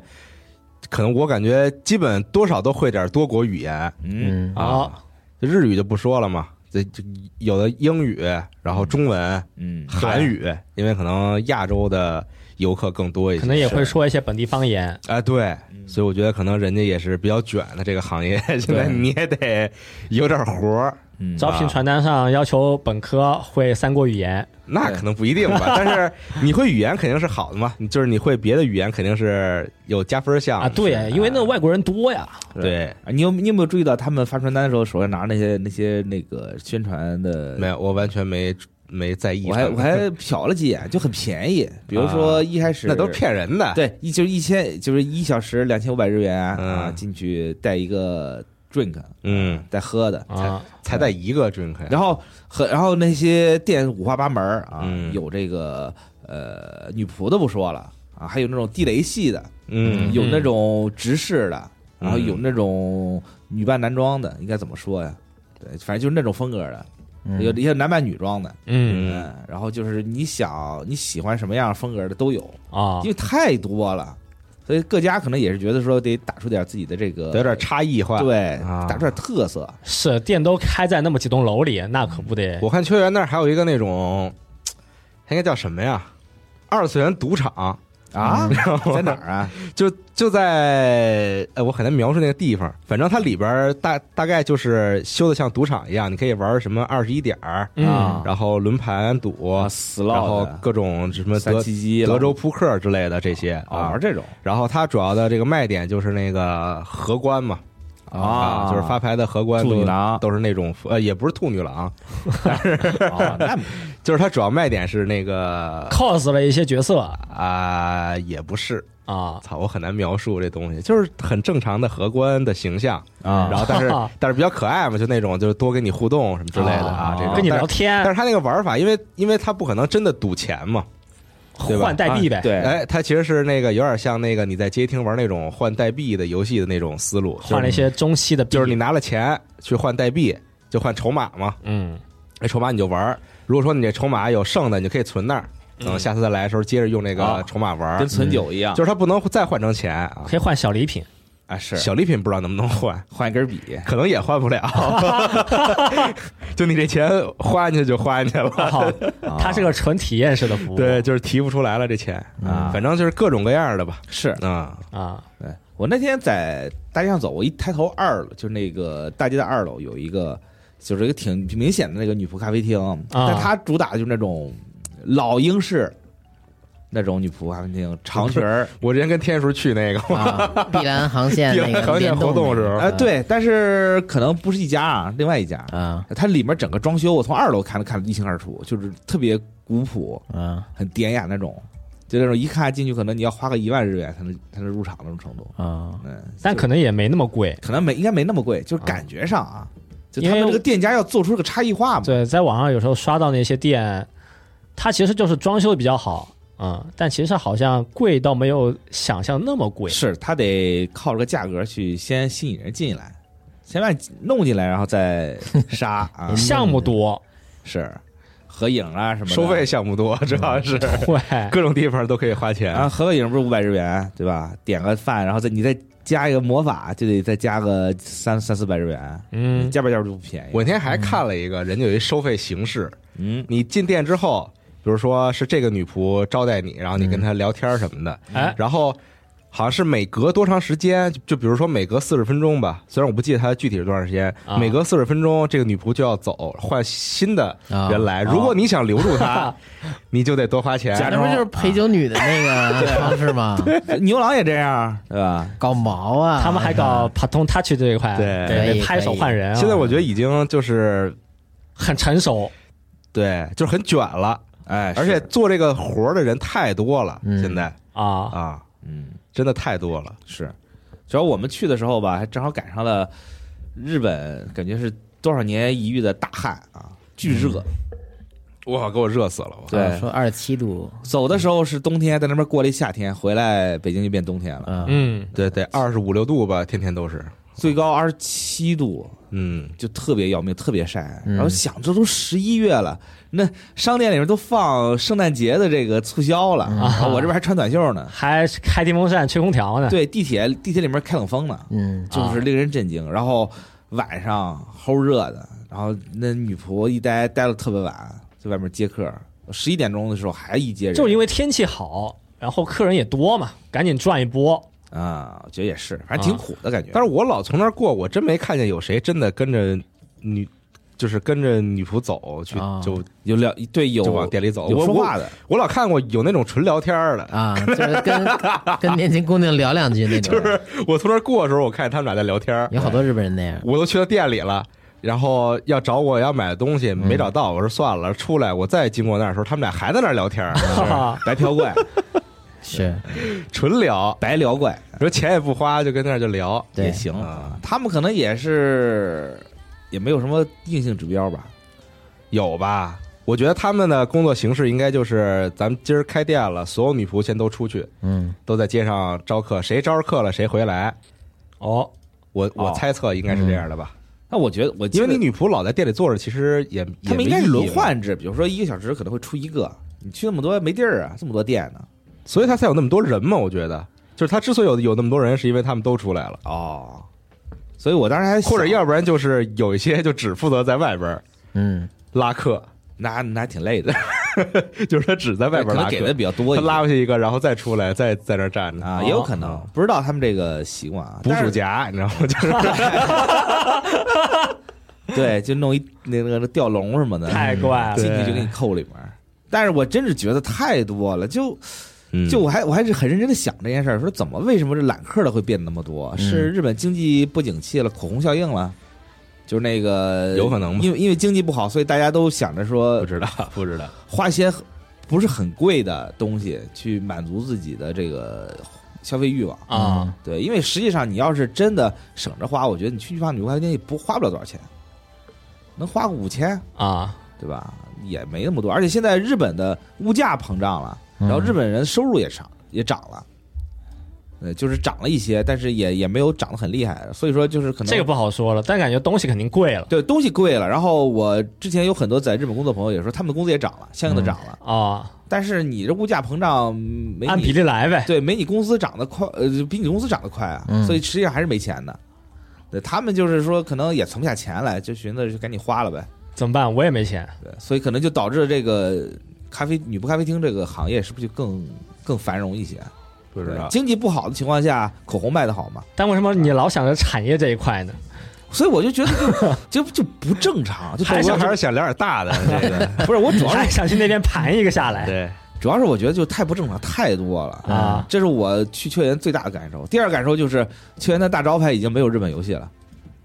可能我感觉基本多少都会点多国语言，
嗯，
嗯，
哦
啊，日语就不说了嘛，这这有的英语，然后中文、
嗯，
韩语，因为可能亚洲的游客更多一些，
可能也会说一些本地方言，
啊，对，所以我觉得可能人家也是比较卷的这个行业，现在你也得有点活儿，
嗯
招聘传单上要求本科会三国语言，
那可能不一定吧，但是你会语言肯定是好的嘛，你就是你会别的语言肯定是有加分项
啊，对，因为那外国人多呀，
是
对。
啊你有你有没有注意到他们发传单的时候手上拿那些那些那个宣传的
没？有，我完全没没在意，
我还我还瞟了几眼，就很便宜。比如说
啊
一开始
那都是骗人的，
对，一就是一千，就是一小时两千五百日元啊，
哎嗯
进去带一个 drink，
嗯，
带喝的。
啊，
才带一个 drink，呀
然后和然后那些店五花八门儿啊，
嗯
有这个呃女仆的不说了啊，还有那种地雷系的，
嗯，
有那种直视的，
嗯
然后有那种女扮男装的，应该怎么说呀？对，反正就是那种风格的，
嗯
有也有男扮女装的，
嗯
嗯，
然后就是你想你喜欢什么样风格的都有，
啊
因，为太多了，所以各家可能也是觉得说得打出点自己的这个，
得有点差异化。，
对，
啊
打出点特色，
是店都开在那么几栋楼里，那可不得
我看秋园那儿还有一个那种，应该叫什么呀？二次元赌场，
啊
嗯，
在哪儿啊？
就就在呃，我很难描述那个地方，反正它里边儿大大概就是修的像赌场一样，你可以玩什么二十一点儿，
嗯
啊
然后轮盘赌，
啊，
然
slot
后
的
各种什么
三
德
七机了
德州扑克之类的这些
啊，
啊
玩。这种
然后它主要的这个卖点就是那个荷官嘛，啊，就是发牌的荷官
兔女
都
郎
都是那种呃，也不是兔女郎，
啊，那
就是它主要卖点是那个
cos 了一些角色
啊、也不是，
啊，
操，我很难描述这东西，就是很正常的荷官的形象，
啊，
然后 但是但是比较可爱嘛，就那种就是多跟你互动什么之类的啊，
啊
这种
哦跟你
但
聊
是
天
但是他那个玩法，因为因为他不可能真的赌钱嘛，对吧
换代币呗，
对，
哎，它其实是那个有点像那个你在街机厅玩那种换代币的游戏的那种思路，就是
换了一些中期的币，
就是你拿了钱去换代币，就换筹码嘛，
嗯
那筹码你就玩儿。如果说你这筹码有剩的，你就可以存那儿，
嗯
等下次再来的时候接着用那个
哦
啊
筹码玩儿。
跟存酒一样，
嗯就是它不能再换成钱啊，
可以换小礼 品，
啊是
小礼品不知道能不能换，
换一根笔，
可能也换不了。 就你这钱花进去就花进去 了，
好，哦
啊
它是
个
个纯体验式的服务，
啊对，就是提不出来了这钱
嗯
啊
反正就是各种各样的吧。
是
啊，
啊，
对我那天在大街上走，我一抬头，二楼就是那个大街的二楼有一个，就是一个挺明显的那个女仆咖啡厅，
啊
但它主打的就是那种老英式那种女仆咖啡厅，长裙儿，
我之前跟天叔去那个，
啊， 碧蓝航线
碧蓝
那
航
个
线
联
活动
那个
时候
嗯
哎、对，但是可能不是一家啊，另外一家，
啊
它里面整个装修，我从二楼看了看得一清二楚，就是特别古朴，
啊
很典雅那种，就那种一看进去，可能你要花个一万日元才能才能入场那种程度，
啊
嗯，
但
就
可能也没那么贵。
可能没应该没那么贵，就是感觉上啊，就他
嗯因
们
为
这个店家要做出这个差异化嘛。
对，在网上有时候刷到那些店，它其实就是装修的比较好，嗯，但其实好像贵倒没有想象那么贵。
是他得靠这个价格去先吸引人进来，先把你弄进来，然后再 杀啊，
项目多，
是合影啊什么的嗯
收费项目多，主要 是
对，
各种地方都可以花钱
啊，合个影不是五百日元对吧？点个饭，然后再你再加一个魔法，就得再加个三三四百日元，
嗯，
加吧加吧就不便宜。
我那天还看了一个，人家有一收费形式，
嗯
你进店之后，比如说是这个女仆招待你，然后你
嗯
跟她聊天什么的，
哎，
然后好像是每隔多长时间，就就比如说每隔四十分钟吧，虽然我不记得她具体是多长时间，
啊
每隔四十分钟这个女仆就要走，换新的
啊！
人来。如果你想留住她， 你就得多花钱。
那不就是陪酒女的那个方式吗？
牛郎也这样对吧？
搞毛啊！
他们还搞 Paton Touch 这一块，
对
可以
得拍手换人啊。
现在我觉得已经就是
很成熟，
对，就是很卷了，
哎，
而且
是
做这个活儿的人太多了，
嗯
现在
啊
啊，
嗯。
真的太多了。
是，主要我们去的时候吧，还正好赶上了日本，感觉是多少年一遇的大旱啊，巨热。
哇，给我热死了！我
啊
对
说二十七度，
走的时候是冬天，在那边过了一夏天，回来北京就变冬天了，
嗯
嗯，
对，得二十五六度吧，天天都是。
最高二十七度，
嗯，
就特别要命，特别晒。
嗯
然后想，这都十一月了，那商店里面都放圣诞节的这个促销
嗯
了，啊我这边还穿短袖 呢。
还开电风扇、吹空调呢。
对，地铁地铁里面开冷风
啊
呢。
嗯，
就是令人震惊。然后晚上齁热的，然后那女仆一待待了特别晚，在外面接客，十一点钟的时候还一接人，
就是因为天气好，然后客人也多嘛，赶紧赚一波。
啊，我觉得也是，反正挺
啊
苦的感觉。
但是我老从那儿过，我真没看见有谁真的跟着女，就是跟着女仆走去，
啊
就
有聊对有
就往店里走。
有
我
说话
我
的，
我老看过有那种纯聊天儿的，
啊，就是跟跟年轻姑娘聊两句那种，
就是 我从那儿过的时候，我看见他们俩在聊天儿，
有好多日本人那样。
我都去到店里了。然后要找我要买的东
嗯
西没找到，我说算了，出来我再经过那儿的时候，他们俩还在那儿聊 天儿，
哈哈，
白 嫖怪，
是，
纯聊，
白聊怪
你说钱也不花，就跟那儿就聊。
对
也行
啊。
他们可能也是也没有什么硬性指标吧。
有吧？我觉得他们的工作形式应该就是，咱们今儿开店了，所有女仆先都出去，
嗯，
都在街上招客，谁招客了谁回来。
哦，
我我
哦嗯
猜测应该是这样的吧，
那我觉得，我记
因
得
为你女仆老在店里坐着，其实也
他们应该是
也没意义
轮
嘛
换制，比如说一个小时可能会出一个，你去那么多没地儿啊，这么多店呢。
所以他才有那么多人嘛。我觉得，就是他之所以有有那么多人，是因为他们都出来了，
哦，所以我当时还
或者
想
要不然就是有一些就只负责在外边
嗯，
拉客，
那那还挺累 的，
就是他只在外边
可
拉
能
客，
给的比较多一
他
些，
拉回去一个，然后再出来，再在那儿站着。哦
啊，也有可能不知道他们这个习惯啊。
捕
但
鼠
是
夹，你知道吗？ 就是
对，就弄一那个那个吊笼什么的，嗯
太怪了啊
进去就给你扣里面。但是我真是觉得太多了，就
嗯
就我还我还是很认真的想这件事儿，说怎么为什么这揽客的会变那么多？
嗯
是日本经济不景气了，口红效应了，就是那个
有可能吧
因为因为经济不好，所以大家都想着说
不知道，不知道。
花些很不是很贵的东西去满足自己的这个消费欲望。
嗯
啊，
对，因为实际上你要是真的省着花，我觉得你去一趟女仆咖啡店也不花不了多少钱，能花个五千，
啊，
对吧？也没那么多。而且现在日本的物价膨胀了，
嗯
然后日本人收入也涨也涨了，呃，就是涨了一些，但是也也没有涨得很厉害。所以说就是可能
这个不好说了，但感觉东西肯定贵了
对东西贵了。然后我之前有很多在日本工作朋友也说，他们的工资也涨了，相
嗯
应的涨了。
啊，
但是你这物价膨胀嗯没
按
你
比例来呗。
对，没你工资涨得快，呃，比你工资涨得快啊，
嗯
所以实际上还是没钱的。对他们就是说，可能也存不下钱来，就寻思就赶紧花了呗。
怎么办？我也没钱
对，所以可能就导致这个咖啡女仆咖啡厅这个行业是不是就更更繁荣一些？
不知
对
道，
经济不好的情况下，口红卖得好嘛？
但为什么你老想着产业这一块呢？
所以我就觉得 就就就不正常，就
还
我
想
还是想聊点大 的，这个
不是我主要
还
是
想去那边盘一个下来
对，
主要是我觉得就太不正常太多了
啊
这是我去秋园最大的感受。第二感受就是秋园的大招牌已经没有日本游戏了，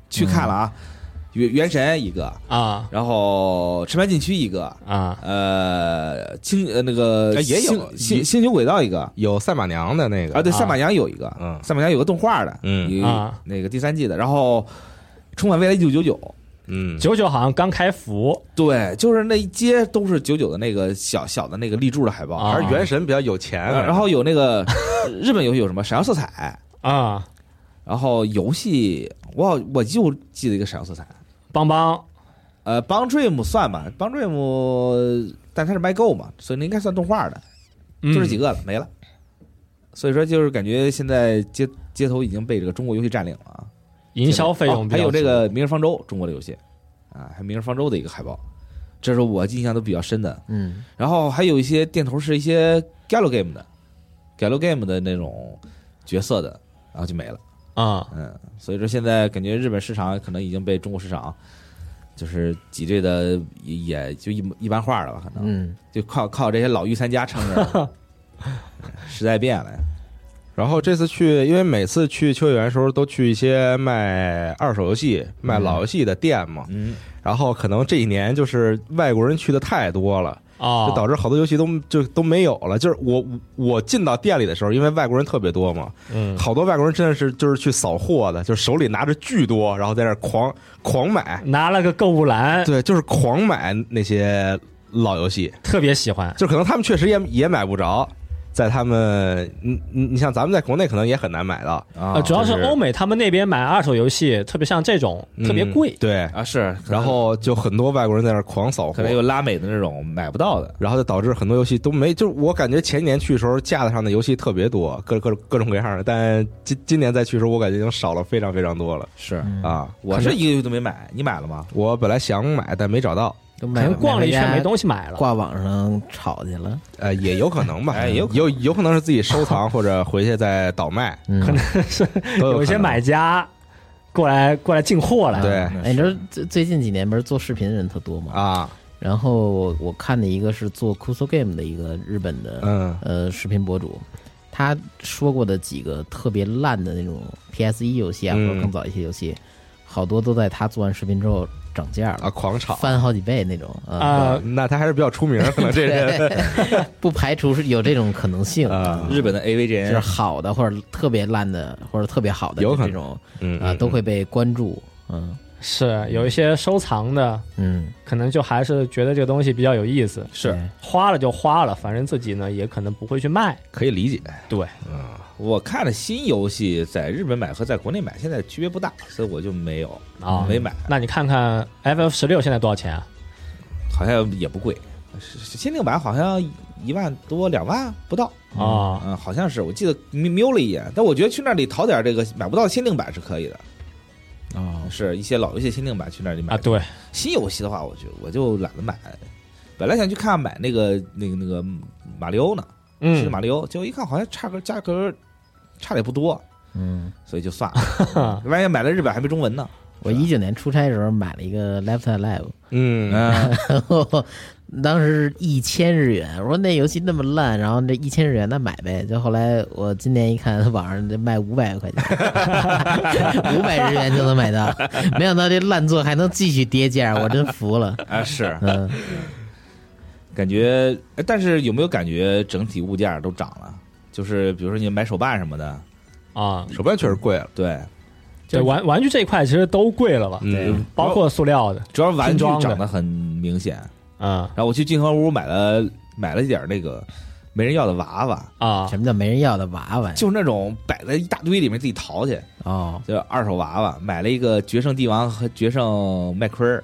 去看了啊，
嗯
原原神一个，
啊
然后赤坂禁区一个，
啊
呃，青呃那个
哎也有
星星星球轨道一个
有赛马娘的那个
啊，对，
啊
赛马娘有一个，
嗯
赛马娘有个动画的，
嗯
有
啊
那个第三季的，然后充满未来一九九九。
嗯，
九九好像刚开服
对，就是那一街都是九九的那个小小的那个立柱的海报，
啊
还是原神比较有钱，啊
呃然后有那个 日本游戏有什么闪耀色彩，
啊，
然后游戏，我我就记得一个闪耀色彩，
邦邦
呃，Bang Dream 算吧，Bang Dream，但它是卖够嘛，所以那应该算动画的，就这几
个
个了，没了。所以说，就是感觉现在街街头已经被这个中国游戏占领了啊。
营销费用
哦
比
还
较
有这
足
个《明日方舟》中国的游戏啊，还有《明日方舟》的一个海报，这是我印象都比较深的。
嗯
然后还有一些店头是一些 Gallo Game 的，Gallo Game 的那种角色的，然后就没了。
啊
嗯，所以说现在感觉日本市场可能已经被中国市场就是挤兑的也也就一一般化了吧，可能、
嗯，
就靠靠这些老御三家撑着了。 时代变了呀，
然后这次去，因为每次去秋叶原的时候都去一些卖二手游戏、卖老游戏的店嘛，
嗯，
然后可能这一年就是外国人去的太多了，
啊，
就导致好多游戏都就都没有了。就是我我进到店里的时候，因为外国人特别多嘛，
嗯
好多外国人真的是就是去扫货的，就是手里拿着巨多，然后在那儿狂狂买，
拿了个购物篮，
对，就是狂买那些老游戏，
特别喜欢
就可能他们确实也也买不着。在他们，你你你像咱们在国内可能也很难买到，
啊
呃，主要是
就是
欧美他们那边买二手游戏，特别像这种特别
嗯
贵
对，
啊是，可
然
能
后就很多外国人在那儿狂扫
可
货
能，有拉美的那种买不到的，
然后就导致很多游戏都没，就是我感觉前几年去的时候架子上的游戏特别多，各各各种各样的，但今今年再去的时候，我感觉已经少了非常非常多了
是
嗯
啊！
我是一个月都没买，你买了吗？
我本来想买，但没找到，
都
可
买
能逛了一圈没
西，
东西买了。
挂网上炒去了，
呃，也有可能吧，
哎也有
有有有可能是自己收藏或者回去再倒卖，
可能
都
有
可
一些
能
买家过来过来进货来，
对
哎，你知道最最近几年不是做视频的人特多吗？
啊，
然后我我看的一个是做 Kuso Game 的一个日本的
嗯
呃视频博主，他说过的几个特别烂的那种 PS 一游戏啊，
嗯
或者更早一些游戏，好多都在他做完视频之后涨价
啊，
了，
狂炒
翻好几倍那种
啊呃
那他还是比较出名，可能这人
不排除是有这种可能性，
啊，
嗯
日本的 AVGN
就是好的或者特别烂的或者特别好的
有
这
可能
种
嗯
啊都会被关注，嗯
是有一些收藏的，
嗯
可能就还是觉得这个东西比较有意思，
是
对
花了就花了，反正自己呢也可能不会去卖。
可以理解，
对，
我看了新游戏在日本买和在国内买现在区别不大，所以我就没有
啊
没买，
那你看看 FF 十六现在多少钱啊？
好像也不贵，是是限定版好像一万多两万不到，
啊
嗯，好像是我记得瞄瞄了一眼，但我觉得去那里淘点这个买不到限定版是可以的，
哦
是一些老游戏限定版去那里买
啊，对，
新游戏的话，我就我就懒得买，本来想去看买那个那个那个马里奥呢，是
嗯，
马里奥，结果一看好像差个价格差的也不多，
嗯。
所以就算了。万一买了日本还没中文呢，
我一九年出差的时候买了一个 Left Alive，
嗯，
嗯，
然后 当时是一千日元，我说那游戏那么烂，然后这一千日元那买呗。就后来我今年一看，网上这卖五百块钱， 五百日元就能买到，没想到这烂作还能继续跌价，我真服了。
啊，是
嗯，
感觉，哎但是有没有感觉整体物价都涨了？就是比如说你买手办什么的，
啊，
手办确实贵了，
对，
对玩玩具这一块其实都贵了吧，
嗯，
包括塑料的
主要玩
拼
具
装的
涨得很明显。
啊
然后我去静和屋买了买了一点儿那个没人要的娃娃，
啊
什么叫没人要的娃娃呀？
就是那种摆在一大堆里面自己淘去，
哦，
就二手娃娃。买了一个决胜帝王和决胜麦昆儿，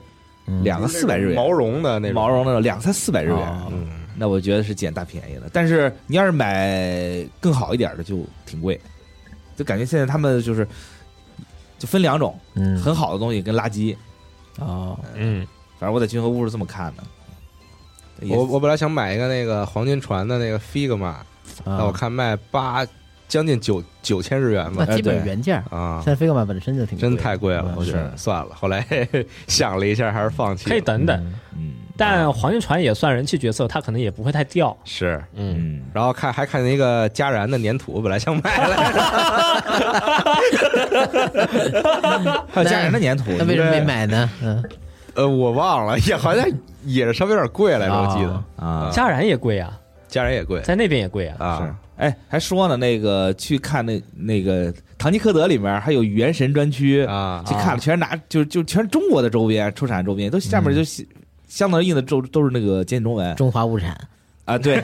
嗯
两个四百日元，
毛绒的那种，
毛绒那种两三四百日元，
哦
嗯，
那我觉得是捡大便宜了。但是你要是买更好一点的，就挺贵，就感觉现在他们就是就分两种，
嗯，
很好的东西跟垃圾。
哦，
嗯
反正我在君和屋是这么看的。也
我我本来想买一个那个黄金船的那个 Figma，那
啊
我看卖八将近九九千日元吧，
那基
哎
本
对
原价，
啊
现，在飞哥玛本身就挺
真太贵了
嗯，
我觉得算了。后来 想了一下，还是放弃了。
可以等等，
嗯
嗯
但黄金船也算人气角色，它可能也不会太掉。
是，
嗯，
嗯，
然后看还看见一个佳然的粘土，本来想买来 着，
还有家人的粘土，
那为什么没买呢？嗯，
呃，我忘了，也好像也是稍微有点贵来着，我记得
哦
啊？
佳然也贵啊，
佳然也贵
在那边也贵啊。
是
啊，，
哎，还说呢，那个去看那那个《唐吉诃德》里面还有原神专区，
啊
去看了，全是拿就就全是中国的周边出产周边，都下面就相相当应的都都是那个简体中文
中华物产，
啊，对，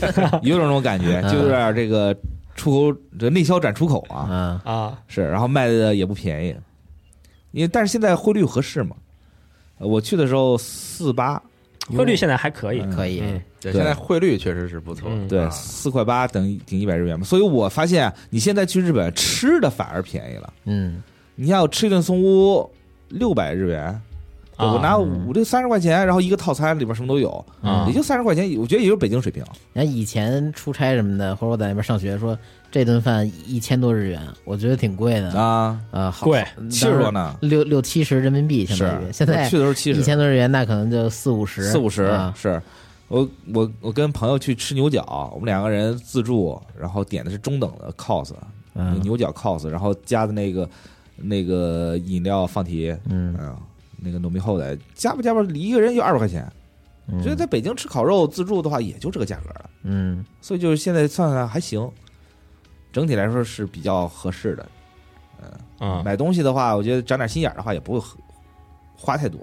有种那种感觉，就
嗯
有点这个出口这内销转出口啊，
啊，
啊，
是，然后卖的也不便宜，因为但是现在汇率合适嘛，呃我去的时候四八，
汇率现在还可以，
可以，
嗯
对，
对
现在汇率确实是不错，
嗯
对，
啊
四块八等于顶一百日元嘛，所以我发现啊你现在去日本吃的反而便宜了。
嗯，
你要吃一顿松屋六百日元，
啊
我拿五六三十块钱，然后一个套餐里边什么都有，
啊
也就三十块钱，我觉得也就是北京水平。
然后以前出差什么的，或者我在那边上学，说这顿饭一千多日元，我觉得挺贵的，
啊，
啊，好
贵
七十多，呢，
当时六六七十人民币相当于，
是
现
我
在
去的时候七
一
十，
千多日元，那可能就四五十，
四五十
啊，
是。我我我跟朋友去吃牛角，我们两个人自助，然后点的是中等的 cos，、
嗯
牛角 cos，然后加的那个那个饮料放题，
嗯
嗯，那个糯米厚的，加吧加吧，一个人就二百块钱，
嗯，
所以在北京吃烤肉自助的话，也就这个价格了。
嗯
所以就是现在算算还行，整体来说是比较合适的。
啊，
买东西的话，我觉得长点心眼儿的话，也不会很花太多，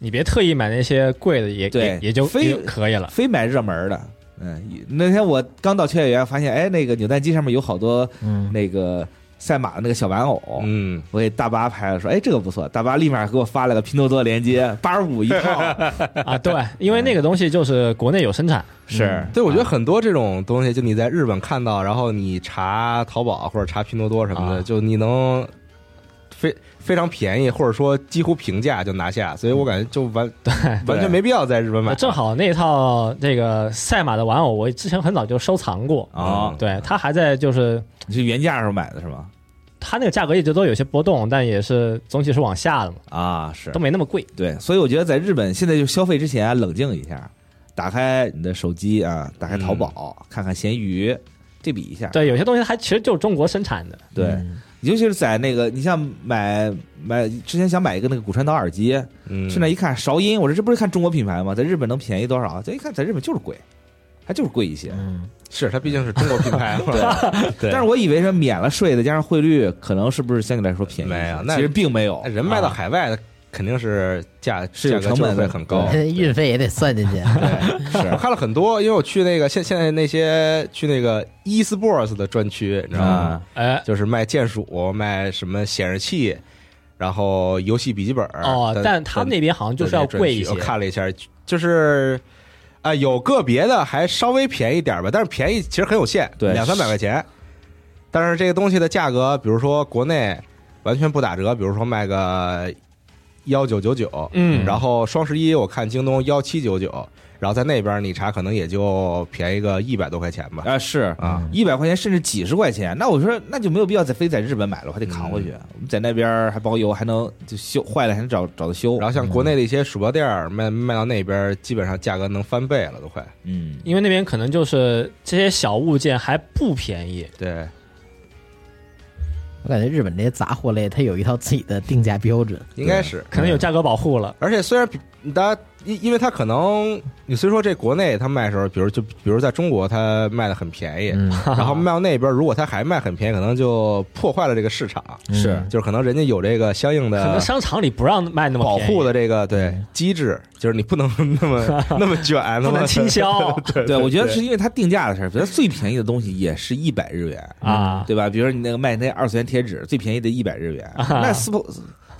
你别特意买那些贵的，也
对
也也就
非
也就可以 了。
非买热门儿的。嗯，也那天我刚到秋叶原，发现哎，那个扭蛋机上面有好多
嗯，
那个赛马的那个小玩偶，
嗯，
我给大巴拍了，说哎这个不错，大巴立马给我发了个拼多多链接，八十五一套，
啊，对，因为那个东西就是国内有生产，
是
对，我觉得很多这种东西，就你在日本看到，然后你查淘宝或者查拼多多什么的，
啊
就你能非非常便宜，或者说几乎平价就拿下，所以我感觉就 完完全没必要在日本
嗯
买。
正好那套这个赛马的玩偶，我之前很早就收藏过，
啊，
对，它还在就是
你是原价时候买的是吗？
它那个价格一直都有些波动，但也是总体是往下的嘛，
啊，是
都没那么贵。
对，所以我觉得在日本现在就消费之前啊、冷静一下，打开你的手机啊，打开淘宝，看看闲鱼，对比一下。
对，有些东西它其实就是中国生产的，
对，
嗯
尤其是在那个，你像买买之前想买一个那个骨传导耳机，
嗯，
去那一看韶音，我说这不是看中国品牌吗？在日本能便宜多少？这一看在日本就是贵，它就是贵一些。
嗯
是它毕竟是中国品 牌嘛，对
但是我以为是免了税，再加上汇率，可能是不是相对来说便宜一些？
没有那
其实并没有
那。人卖到海外的肯定是价
啊是有
价格
成本
就会
的
很高。
嗯 运费也得算进去，
啊
啊
我
是
看了很多，因为我去那个现现在那些去那个 eSports 的专区，你知道吗？
啊，
哎，
就是卖键鼠、卖什么显示器，然后游戏笔记本儿
哦
的，
但他们那边好像就是要贵一些
我，看了一下，就是啊、有个别的还稍微便宜点儿吧，但是便宜其实很有限，
对
两三百块钱。但是这个东西的价格，比如说国内完全不打折，比如说卖个幺九九九，
嗯
然后双十一我看京东幺七九九，然后在那边你查可能也就便宜个一百多块钱吧，
啊，是
啊，
一百块钱甚至几十块钱，那我说那就没有必要再非在日本买了，我还得扛回去。我们在那边还包邮，还能就修坏了还能找找他修。
然后像国内的一些鼠标垫儿卖卖到那边，基本上价格能翻倍了，都快。
嗯，
因为那边可能就是这些小物件还不便宜，
对，
我感觉日本这些杂货类，它有一套自己的定价标准。
应该是。
可能有价格保护了。
而且虽然比大家因因为它可能你虽说这国内它卖的时候，比如就比如在中国它卖的很便宜，
嗯，
然后卖到那边如果它还卖很便宜，可能就破坏了这个市场。
是
就是可能人家有这个相应
嗯可能
的
商场里不让卖那么
呃保
便宜嗯
护的，这个对机制，就是你不能 那么那么卷，那
不
么
能倾销
对，我觉得是因为它定价的事儿，比如说最便宜的东西也是一百日元，
啊。
对吧？比如说你那个卖那二次元贴纸，最便宜的一百日元，那四不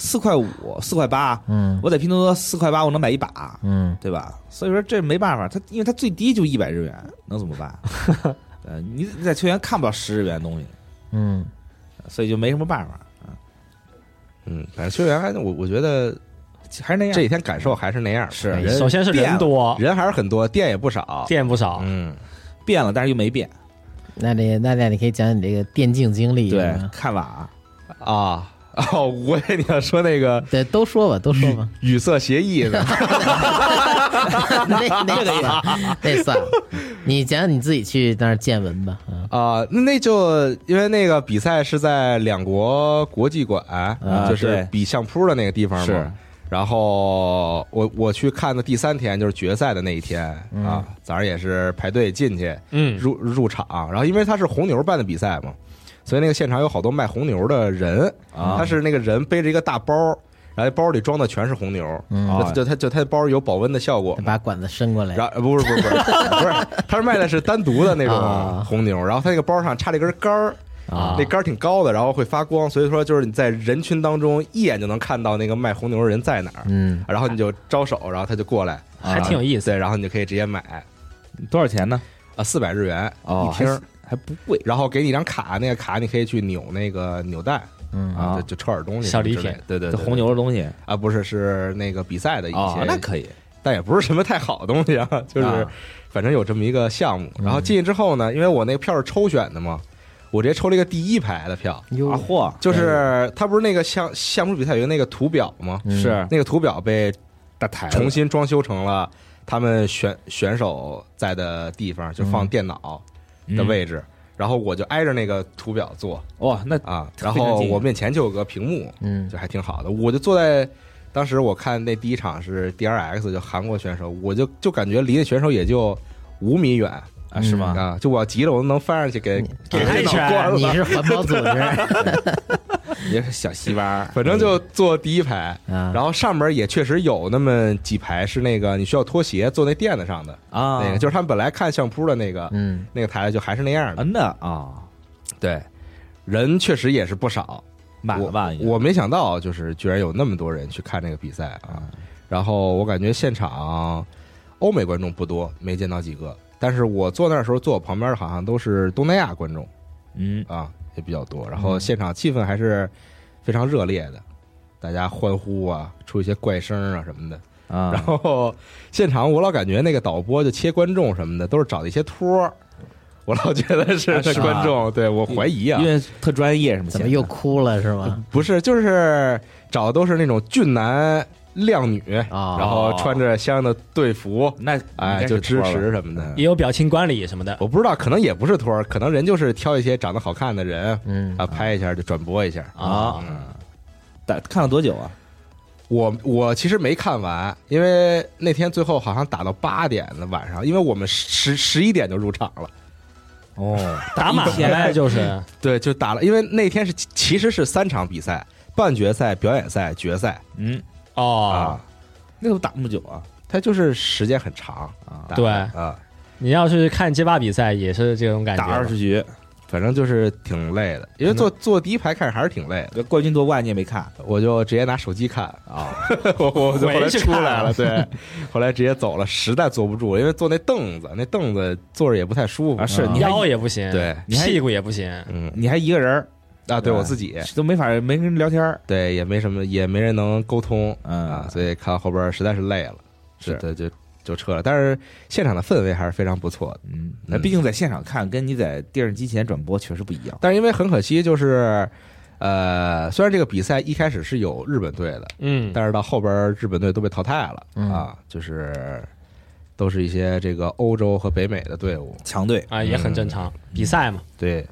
四块五、四块八，
嗯
我在拼多多四块八我能买一把，
嗯，
对吧？所以说这没办法，它因为它最低就一百日元，能怎么办？ 呃，你在秋园看不到十日元的东西，
嗯，
所以就没什么办法。
嗯，反正秋园还我我觉得
还是那样，
这几天感受还是那样，
是
人
首先是
变
人
了
多，
人还是很多，店也不少，
店不少，
嗯，
变了，但是又没变。
那这那那你可以讲讲你这个电竞经历
对
是吧，
看瓦
啊。 哦，我以为你要说那个
对，都说吧，都说吧，
语塞协议呢，
那那个算， 那算了，你讲讲你自己去那儿见闻吧，嗯
啊、那那就因为那个比赛是在两国国际馆，就是
对
比相扑的那个地方嘛。
是
然后我我去看的第三天就是决赛的那一天、啊，早上也是排队进去
嗯，
入入场，然后因为它是红牛办的比赛嘛，所以那个现场有好多卖红牛的人，
啊
他是那个人背着一个大包，然后包里装的全是红牛，
嗯，
就就他就他包有保温的效果嘛，
把管子伸过来，
然后不是不是不是不是，他是卖的是单独的那种
啊
红牛，然后他那个包上插了一根杆儿，
啊
那杆儿挺高的，然后会发光，所以说就是你在人群当中一眼就能看到那个卖红牛的人在哪儿，
嗯，
然后你就招手，然后他就过来，
还挺有意思。
对，然后你就可以直接买
多少钱呢？
啊，四百日元
哦
一听儿，
还不贵
然后给你一张卡，那个卡你可以去扭那个扭蛋
嗯
啊，就就抽点东西，
小礼品，
对对
这
对，
红牛的东西
啊，不是是那个比赛的一
哦
些，
那可以
但也不是什么太好的东西啊，就是
啊
反正有这么一个项目。然后进去之后呢，因为我那个票是抽选的嘛，我直接抽了一个第一排的票，
哟
啊！，嚯，
就是它不是那个项项目比赛有那个图表吗？
嗯
是
那个图表被
大台
重新装修成了他们选选手在的地方，就放电脑
嗯
的位置。然后我就挨着那个图表坐
哇，那
啊，
非
然
常
后
近
我面前就有个屏幕，
嗯
就还挺好的。我就坐在当时我看那第一场是 DRX，就韩国选手，我就就感觉离那选手也就五米远
啊是吗？
啊，就我要急了，我能翻上去给给
给他
电
一
脑
拳
关
你
了。
是环保组织啊
也是小西瓜，
反正就坐第一排，
嗯
啊，
然后上面也确实有那么几排是那个你需要脱鞋坐那垫子上的
啊
那个，就是他们本来看相扑的那个
嗯
那个台子就还是那样
啊
的，
那啊
对，人确实也是不少，
满了吧？应该
我没想到，就是居然有那么多人去看这个比赛啊！
嗯
然后我感觉现场欧美观众不多，没见到几个。但是我坐那儿的时候，坐我旁边的好像都是东南亚观众
嗯
啊，也比较多。然后现场气氛还是非常热烈的，大家欢呼啊，出一些怪声啊什么的。
啊，
然后现场我老感觉那个导播就切观众什么的，都是找的一些托儿。我老觉得是
啊是吗
观众，对我怀疑啊
因，为特专业什么
怎么
显得，
又哭了是吗？
不是，就是找的都是那种俊男靓女，
啊
然后穿着相应的队服，
那哦应
哎，
该
就是支
托
持
了
什么的
也。有表情管理什么的，
我不知道，可能也不是托儿，可能人就是挑一些长得好看的人
嗯
啊，拍一下就转播一下。
啊？嗯打看了多久啊？
我我其实没看完，因为那天最后好像打到八点的晚上，因为我们十十一点就入场了。
哦，
打满
天
了就是
对，就打了，因为那天是其实是三场比赛：半决赛、表演赛、决赛
嗯，
哦
啊。。
那都打那么久啊？
它就是时间很长
啊
打的
对
啊，
你要是看街霸比赛也是这种感
打二
觉，
十局，
反正就是挺累的，因为坐坐第一排看还是挺累的。
冠军夺冠你也没看
我就直接拿手机看 啊，我我我就后来
回去
出
看
来了，对，后来直接走了，实在坐不住了，因为坐那凳子，那凳子坐着也不太舒服
啊？是你还
腰也不行，
对
你还
屁股也不行，
嗯，
你还一个人儿
啊，对
对
我自己，
都没法没人聊天儿
对也没什么，也没人能沟通
嗯
啊，所以看到后边实在是累了，
是
对，就就撤了。但是现场的氛围还是非常不错的。
嗯，那毕竟在现场看跟你在电视机前转播确实不一样。
但是因为很可惜，就是呃，虽然这个比赛一开始是有日本队的，
嗯，
但是到后边日本队都被淘汰了、
嗯
啊，就是都是一些这个欧洲和北美的队伍，
强队
啊，也很正
嗯
常，比赛嘛，
对，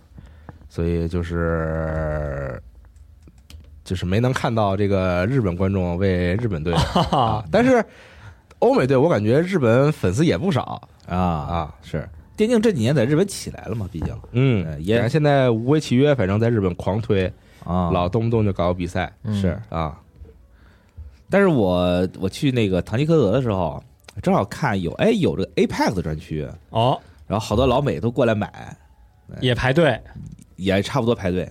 所以就是就是没能看到这个日本观众为日本队啊，但是欧美队我感觉日本粉丝也不少
啊
啊，
是电竞这几年在日本起来了嘛，毕竟
嗯
呃，也
也现在无为契约反正在日本狂推，
啊
老动不动就搞比赛
是。
啊，
但是我我去那个唐吉诃德的时候，正好看有哎有这个 Apex 的专区，
哦，
然后好多老美都过来买，
也排队
也差不多排队。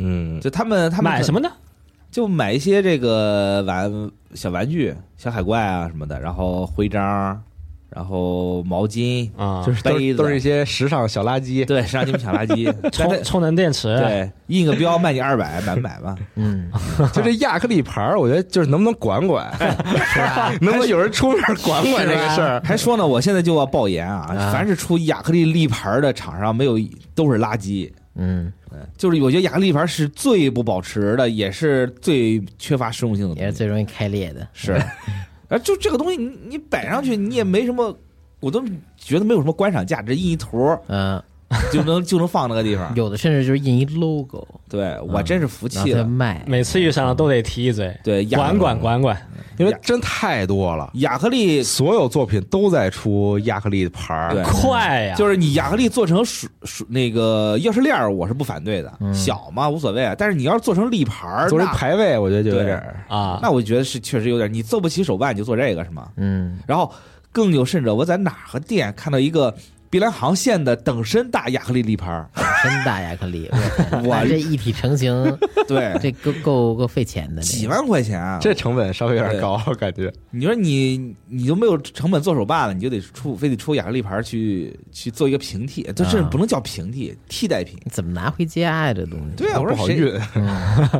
嗯
就他们他们
买什么呢？
就买一些这个玩小玩具、小海怪啊什么的，然后徽章，然后毛巾，
啊，
就是都
杯
是
子
都是一些时尚小垃圾，
对，让你们抢 垃圾，但
充
是
充能电池，啊
对，印个标卖你二百，买不 买吧？
嗯，
就这亚克力牌儿，我觉得就是能不能管 管， 能不能有人出面管管这个事
啊
儿？
还说呢，我现在就要爆言啊，
啊
凡是出亚克力立牌的厂商，没有一都是垃圾。
嗯，
就是我觉得亚克力牌是最不保值的，也是最缺乏实用性的
也是
东西。
最容易开裂的。
是，啊，就这个东西你，你摆上去，你也没什么，我都觉得没有什么观赏价值，印一图
嗯，
就能就能放那个地方。
有的甚至就是印一 logo，
对我
嗯
真是服
然
气
后再
了。
卖。
每次遇上了都得提一嘴，
对，亚
管管管管，
因为真太多了，
亚克力
所有作品都在出亚克力牌儿
对，
快呀！
就是你亚克力做成属属那个钥匙链儿，我是不反对的，
嗯
小嘛无所谓。啊但是你要是做成立牌儿，
作为
那
排位，我觉得就有点儿
啊，
那我觉得是确实有点，你凑不齐手办你就做这个是吗？
嗯，
然后更有甚者，我在哪个店看到一个碧蓝航线的等身大亚克力立牌 儿，
真大亚克力，我
哇
哇，这一体成型，
对，
这够够够费钱的。这个
几万块钱啊！
这成本稍微有点高，我感觉。
你说你你都没有成本做手办了，你就得出非得出亚克力牌儿去去做一个平替，这甚至
啊
不能叫平替，替 代品。
怎么拿回家呀？这东西
对啊，我
不
说
好
谁
运，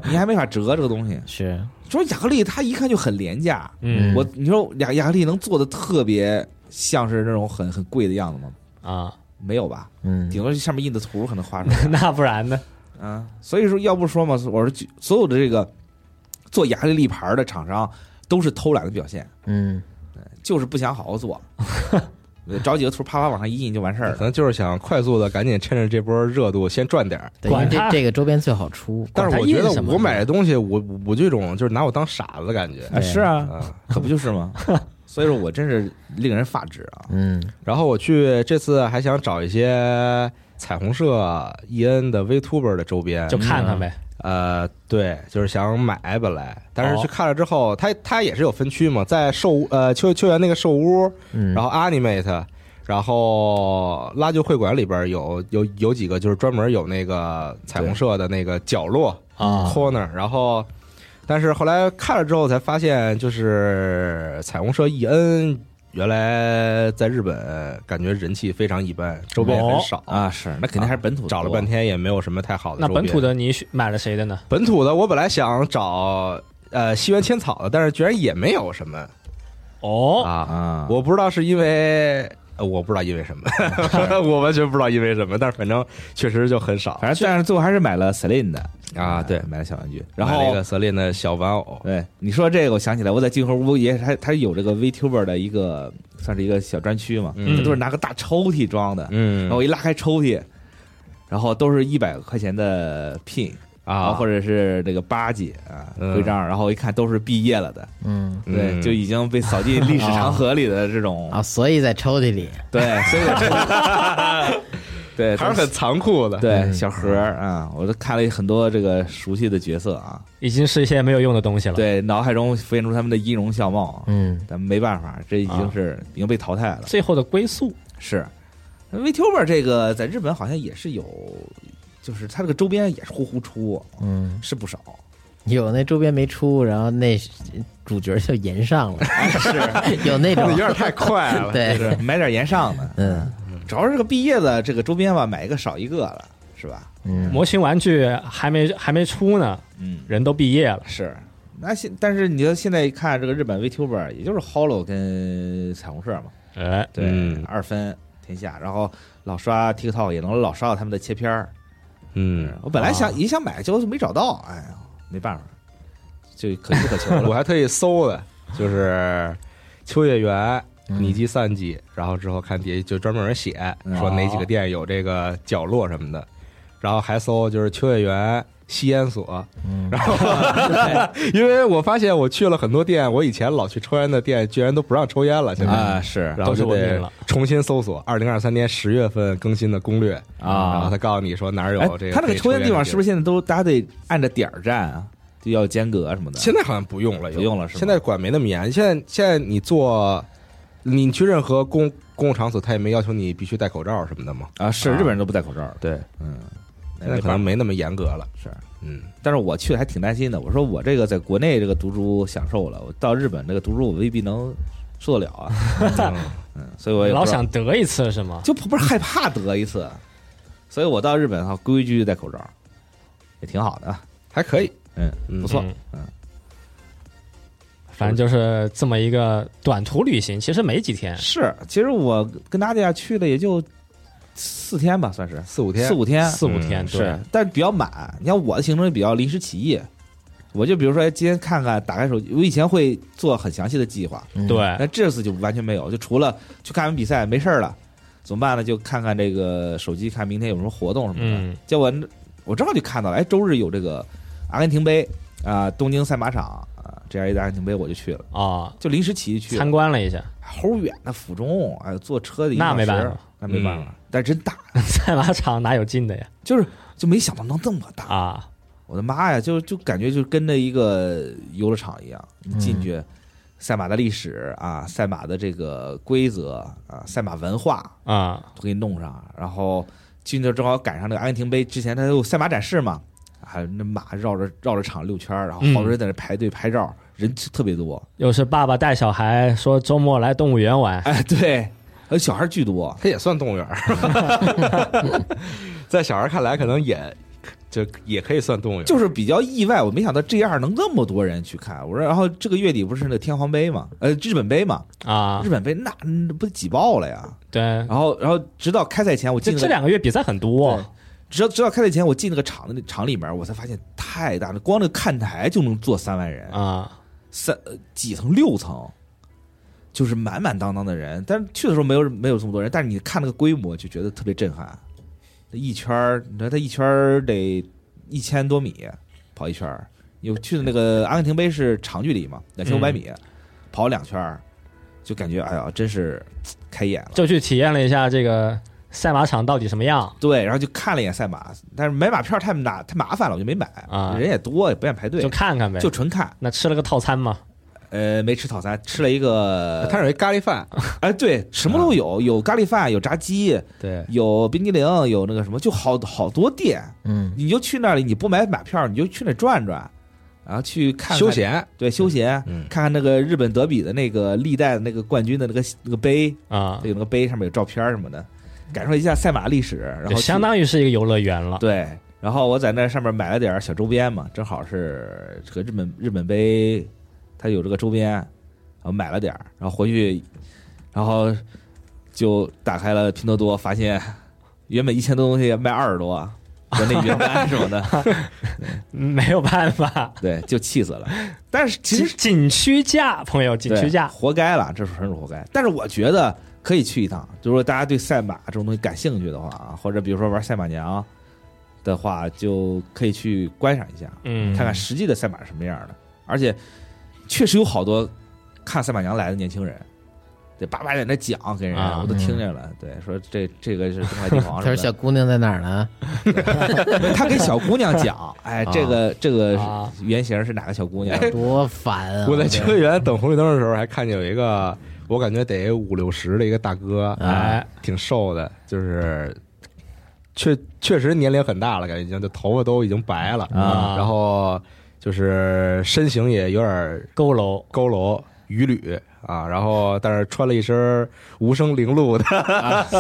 你还没法折这个东西。
是
说亚克力，它一看就很廉价。
嗯
我你说亚亚克力能做的特别像是那种很很贵的样子吗？
啊，
没有吧，
嗯
顶多是上面印的图可能画出来。
那不然呢？
啊，所以说要不说嘛，我说就所有的这个做亚克力立牌儿的厂商都是偷懒的表现，
嗯
就是不想好好 做，找几个图啪啪往上一印就完事儿
可
了。
能就是想快速的赶紧趁着这波热度先赚
哦
点儿。
对，因为
管
这
它
这个周边最好出。
但是我觉
管他印
得
什么
我买的东西，我我我就有一种就是拿我当傻子的感觉。
对
啊，
啊，
可不就是 吗？所以说我真是令人发指啊！
嗯
然后我去这次还想找一些彩虹社 EN 的 VTuber 的周边，
就看看呗。
嗯
呃，对，就是想买本来，但是
哦
去看了之后，它它也是有分区嘛，在兽屋呃秋秋园那个兽屋，
嗯，
然后 Animate，然后拉旧会馆里边有有有几个就是专门有那个彩虹社的那个角落
啊
corner，然后但是后来看了之后才发现，就是彩虹社 EN 原来在日本感觉人气非常一般，周边也很少。
啊，是那肯定还是本土
找了半天也没有什么太好的
那
周边。
本土的你选买了谁的呢？
本土的，我本来想找呃西园千草的，但是居然也没有什么
哦，
啊。
啊，
我不知道是因为呃我不知道因为什么， 我完全不知道因为什么，但是反正确实就很少
反正但是最后还是买了 Celine 的
啊。对，
买了小玩具，然
买了一
后
个。瑟琳的小玩偶，
对你说这个，我想起来，我在金河屋也它它有这个 VTuber 的一个算是一个小专区嘛，
嗯
它都是拿个大抽屉装的，
嗯
然后我一拉开抽屉，然后都是一百块钱的 pin
啊，
或者是这个八戒啊
嗯
徽章，然后一看都是毕业了的，
嗯
对，
嗯
就已经被扫进历史长河里的这种，
啊，所以在抽屉里，
对，所以我抽 屉对，
嗯还是很残酷的。
对
嗯
小盒儿啊，我都看了很多这个熟悉的角色啊，
已经是一些没有用的
嗯
东西了。，
对，脑海中浮现出他们的音容笑貌，啊
嗯
但没办法，这已经
啊
是已经被淘汰了，
最后的归宿
是。VTuber 这个在日本好像也是有，就是它这个周边也是呼呼出，
嗯，
是不少。
有那周边没出，然后那主角就延上 了，是 有那种
有 点太快了，
对，
是买点儿延上的，
哎嗯
主要是这个毕业的这个周边吧，买一个少一个了，是吧？
嗯，
模型玩具还没还没出呢，
嗯，
人都毕业了。
是。那现但是你要现在一看这个日本 VTuber，也就是 Hollow 跟彩虹社嘛，
哎，
对，
嗯
二分天下，然后老刷 TikTok 也能老刷到他们的切片儿。
嗯，
我本来想、
啊
也想买，结果就没找到，哎呀，没办法，就可遇不可求
我
了。
还特意搜的，就是秋叶原。
嗯
你记散记，然后之后看底下就专门有人写
嗯
说哪几个店有这个角落什么的，然后还搜就是秋叶原吸烟所，
嗯
然后因为我发现我去了很多店，我以前老去抽烟的店居然都不让抽烟了，现在。
啊，是
然后就
都是我命
得
了
重新搜索二零二三年十月份更新的攻略，然后
啊
他，告诉你说哪儿有
哎
这个。，
他那个抽烟
烟
的地方是不
是？
是现在都大家得按着点儿站啊？就要间隔什么的。
现在好像不用了，
不用了是吗
现在管没那么严，现在现在你做，你去任何公公共场所，他也没要求你必须戴口罩什么的嘛。
啊，是
啊
日本人都不戴口罩了。
对，
嗯，
现在可能没那么严格了。
是，
嗯，
但是我去还挺担心的。我说我这个在国内这个毒株享受了，我到日本这个毒株我未必能受得了啊。 嗯，所以我也不
老
知道
想得一次是吗？
就不是害怕得一次，所以我到日本哈规规矩矩戴口罩，也挺好的。
还可以，
嗯，
嗯
不错。
嗯
嗯
反正就是这么一个短途旅行，其实没几
嗯
天，
是，其实我跟大家去了也就四天吧，算是
四五天，
四五天，
四五天，对
嗯是，，但是比较满。你看我的行程比较临时起意，我就比如说哎今天看看，打开手机，我以前会做很详细的计划，
嗯
对，
那这次就完全没有，就除了去看完比赛没事儿了，怎么办呢？就看看这个手机，看明天有什么活动什么的。
嗯
结果我正好就看到了，哎，周日有这个阿根廷杯啊、东京赛马场啊、这样一个阿根廷杯，我就去了，
啊，
就临时起意去了
参观了一下，
齁远的府中，哎，坐车的一
那
个
没
小时
办法，嗯
那没办法，但真大，
赛马场哪有近的呀？
就是就没想到能这么大，
啊，
我的妈呀，就就感觉就跟着一个游乐场一样，你进去，赛马的历史啊，赛马的这个规则啊，赛马文化
啊，
都给你弄上，然后进去正好赶上那个阿根廷杯之前，它有赛马展示嘛，还、那马绕着绕着场溜圈儿，然后好多人在那排队拍照，人特别多，
又是爸爸带小孩说周末来动物园玩，
哎，对，呃，小孩儿巨多，
它也算动物园 儿，在小孩看来可能也就也可以算动物园儿，
就是比较意外，我没想到这样能那么多人去看。我说，然后这个月底不是那天皇杯嘛，呃，日本杯嘛，
啊
日，本杯那那不挤爆了呀。
对，
然后，然后直到开赛前，我
这
进了
这
哦个
两个月比赛很多
对，直到直到开赛前，我进那个场的场里面，我才发现太大了，光那个看台就能坐三万人，
啊，
三呃几层六层，就是满满当当的人。但是去的时候没有没有这么多人，但是你看那个规模就觉得特别震撼。那一圈儿，你说它一圈儿得一千多米跑一圈儿，有去的那个阿根廷杯是长距离嘛，两千五百米、跑两圈儿，就感觉哎呀，真是嘖开眼了。
就去体验了一下这个赛马场到底什么样
对，然后就看了一眼赛马，但是买马票太麻太麻烦了，我就没买。
啊
人也多，也不愿排队，
就
就
看看呗。
纯看。
那吃了个套餐嘛，
呃，没吃套餐，吃了一个
呃它有一咖喱饭，
哎，对，什么都
啊
有，有咖喱饭，有炸鸡，
对，
有冰激凌，有那个什么，就好好多店。
嗯
你就去那里，你不买马票，你就去那转转，然后去看看
休，闲，
对，休闲，
嗯
看看那个日本德比的那个历代的那个冠军的那个那个杯，
啊，
有那个杯上面有照片什么的，感受一下赛马历史，然后
就
去
相当于是一个游乐园了。
对。然后我在那上面买了点儿小周边嘛，正好是这个日本日本杯，它有这个周边，然后买了点儿，然后回去，然后就打开了拼多多，发现原本一千多东西卖二十多，国内原单什么的，
嗯没有办法，
对，就气死了。但是其实
景区价，朋友，景区
对
价
活该了，这是纯属活该。但是我觉得可以去一趟，就是说大家对赛马这种东西感兴趣的话啊，或者比如说玩赛马娘的话，就可以去观赏一下。
嗯
看看实际的赛马是什么样的。而且确实有好多看赛马娘来的年轻人，对，叭叭在那讲给人家，
啊
我都听见了。对，说这这个是东海帝
他
王什
说
么
小
的，
姑娘在哪儿呢？
他给小姑娘讲，哎，
啊
这个这个
啊
是原型是哪个小姑娘？
多烦
嗯
啊！
哎我在秋叶原等红绿灯的时候，还看见有一个我感觉得五六十的一个大哥，
啊
哎，
挺瘦的，就是确确实年龄很大了，感觉已经就头发都已经白了
啊
然后就是身形也有点
佝偻
佝偻鱼吕啊，然后但是穿了一身无声零露的，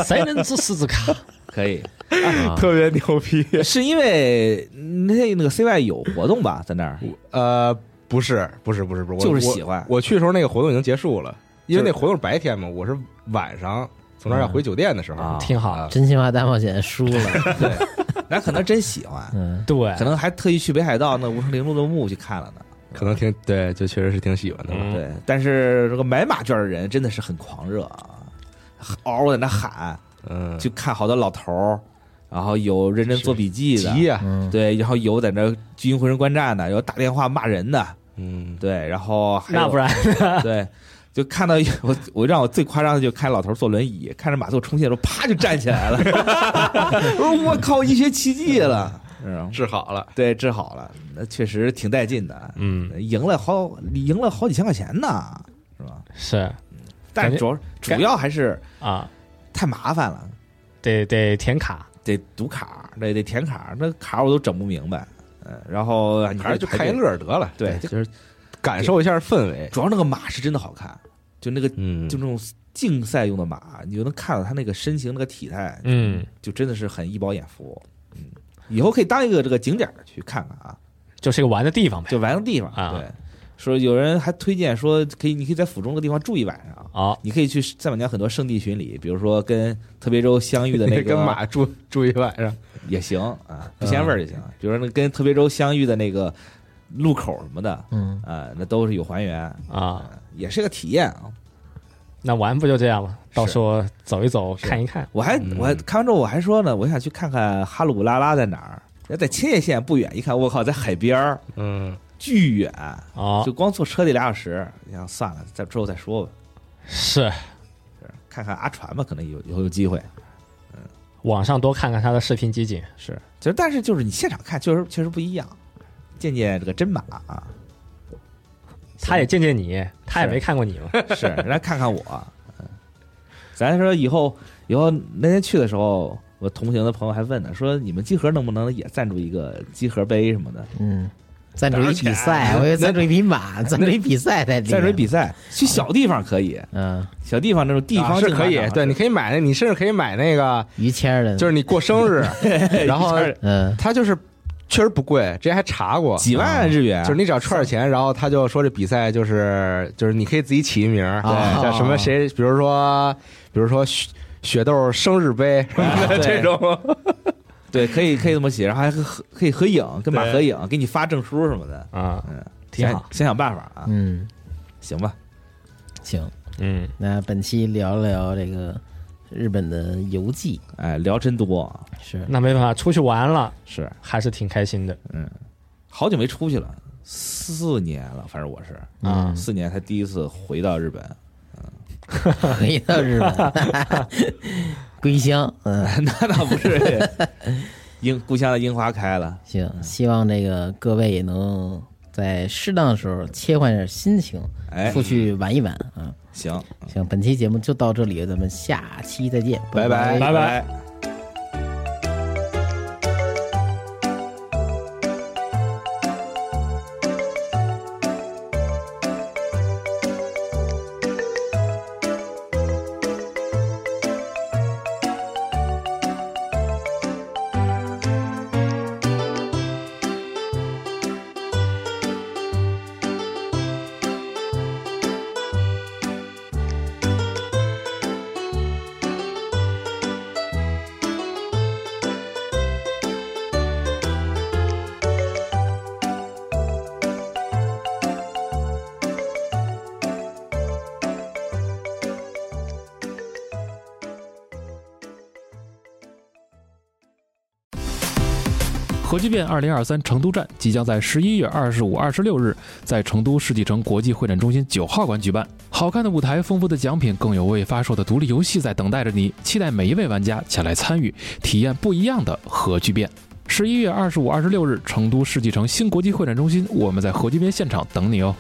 谁能知狮子卡？
可以，
啊
特别牛逼。
是因为那天那个 CY 有活动吧，在那儿
呃，不是，不是，不是，不是，我
就是
我
喜欢
我去的时候，那个活动已经结束了，因为
就是
那活动是白天嘛，我是晚上从那儿要回酒店的时候。
啊，
挺好。
真心话大冒险输了，
那可能真喜欢，
嗯，
对
可，能还特意去北海道那无声铃鹿的墓去看了呢。
可能挺对，就确实是挺喜欢的吧。
嗯
对，但是这个买马券的人真的是很狂热啊，嗷嗷在那喊，
嗯，
就看好多老头儿，然后有认真做笔记的，
急呀，
嗯
对，然后有在那军营浑身观战的，有打电话骂人的，
嗯，
对，然后还有
那不然
对，就看到有 我我让我最夸张的就看老头坐轮椅，看着马特冲线的时候，啪就站起来了， 我说我靠，医学奇迹了，是
啊
吧
治好了。
对，治好了，那确实挺带劲的，
嗯
赢了好赢了好几千块钱呢，是吧？
是
但
感觉
是主要主要还是
啊，
太麻烦了，
得得填卡，
得读卡，得得填卡，那卡我都整不明白，嗯，然后你
还是就
排
看一
队，
乐儿得了，
对，就
就是感受一下氛围。
主要那个马是真的好看，就那个
嗯
就那种竞赛用的马，你就能看到它那个身形、那个体态，
嗯，
就真的是很一饱眼福。嗯，以后可以当一个这个景点儿去看看啊，
就是一个玩的地方呗。
就玩个地方。
啊
对，说有人还推荐说可以，你可以在府中那个地方住一晚上，
哦，
你可以去赛马娘很多圣地巡礼，比如说跟特别州相遇的 那
跟
个
马住住一晚上，
也行啊，不嫌味儿就行。比如说那跟特别州相遇的那个路口什么的，
嗯，
啊，那都是有还原，
啊，
啊也是个体验啊。
那玩不就这样吗？到
是
时候走一走，
是
看一看。
我还
嗯
我还看完之后我还说呢，我想去看看哈鲁布拉拉在哪儿。那在千叶县不远，一看我靠，在海边儿，
嗯，
巨远，
哦
就，光坐车得俩小时。你想算了，再之后再说吧，
是
看看阿传吧，可能有以后有机会。
网上多看看他的视频集锦。
是，就是但是就是你现场看，确实确实不一样，见见这个真马啊，
他也见见你，他也没看过你 嘛。
是，人家看看我。嗯咱说以后以后那天去的时候，我同行的朋友还问呢，说你们集合能不能也赞助一个集合杯什么的，
嗯，赞助一比赛，我以为赞助一匹马，赞助一比赛在
赞助一比赛，去小地方可以，
嗯，
小地方那种地
嗯啊
方
是
竞
可以
赛场，
对，你可以买那，你甚至可以买那个，
于谦儿的，
就是是你过生 日，然后
嗯，
它就是确实不贵，之前还查过，啊
几万日元，啊
就是你只要串儿钱，然后他就说这比赛就是就是你可以自己起一名儿，
啊
叫什么谁，比如说比如说雪雪豆生日 杯什么的
对
这种，
对，可以可以这么写，然后还合可以合影，跟马
对
合影，给你发证书什么的，
啊，
嗯，
挺好
想想想办法啊，
嗯，
行吧，
行，
嗯，
那本期聊聊这个日本的游记，
哎，聊真多啊，
是
那没办法，出去玩了
是
还是挺开心的。
好久没出去了，四年了，反正我是
啊
四年才第一次回到日本，
回到日本，归乡，嗯，
那倒 不是，樱故乡的樱花开了，
行，希望这个各位也能在适当的时候切换一下心情，
哎
出去玩一玩啊。
行，
行，本期节目就到这里，咱们下期再见，拜
拜
拜拜。
核聚变二零二三成都站即将在十一月二十五、二十六日在成都世纪城国际会展中心九号馆举办。好看的舞台、丰富的奖品，更有未发售的独立游戏在等待着你。期待每一位玩家前来参与，体验不一样的核聚变。十一月二十五、二十六日，成都世纪城新国际会展中心，我们在核聚变现场等你哦。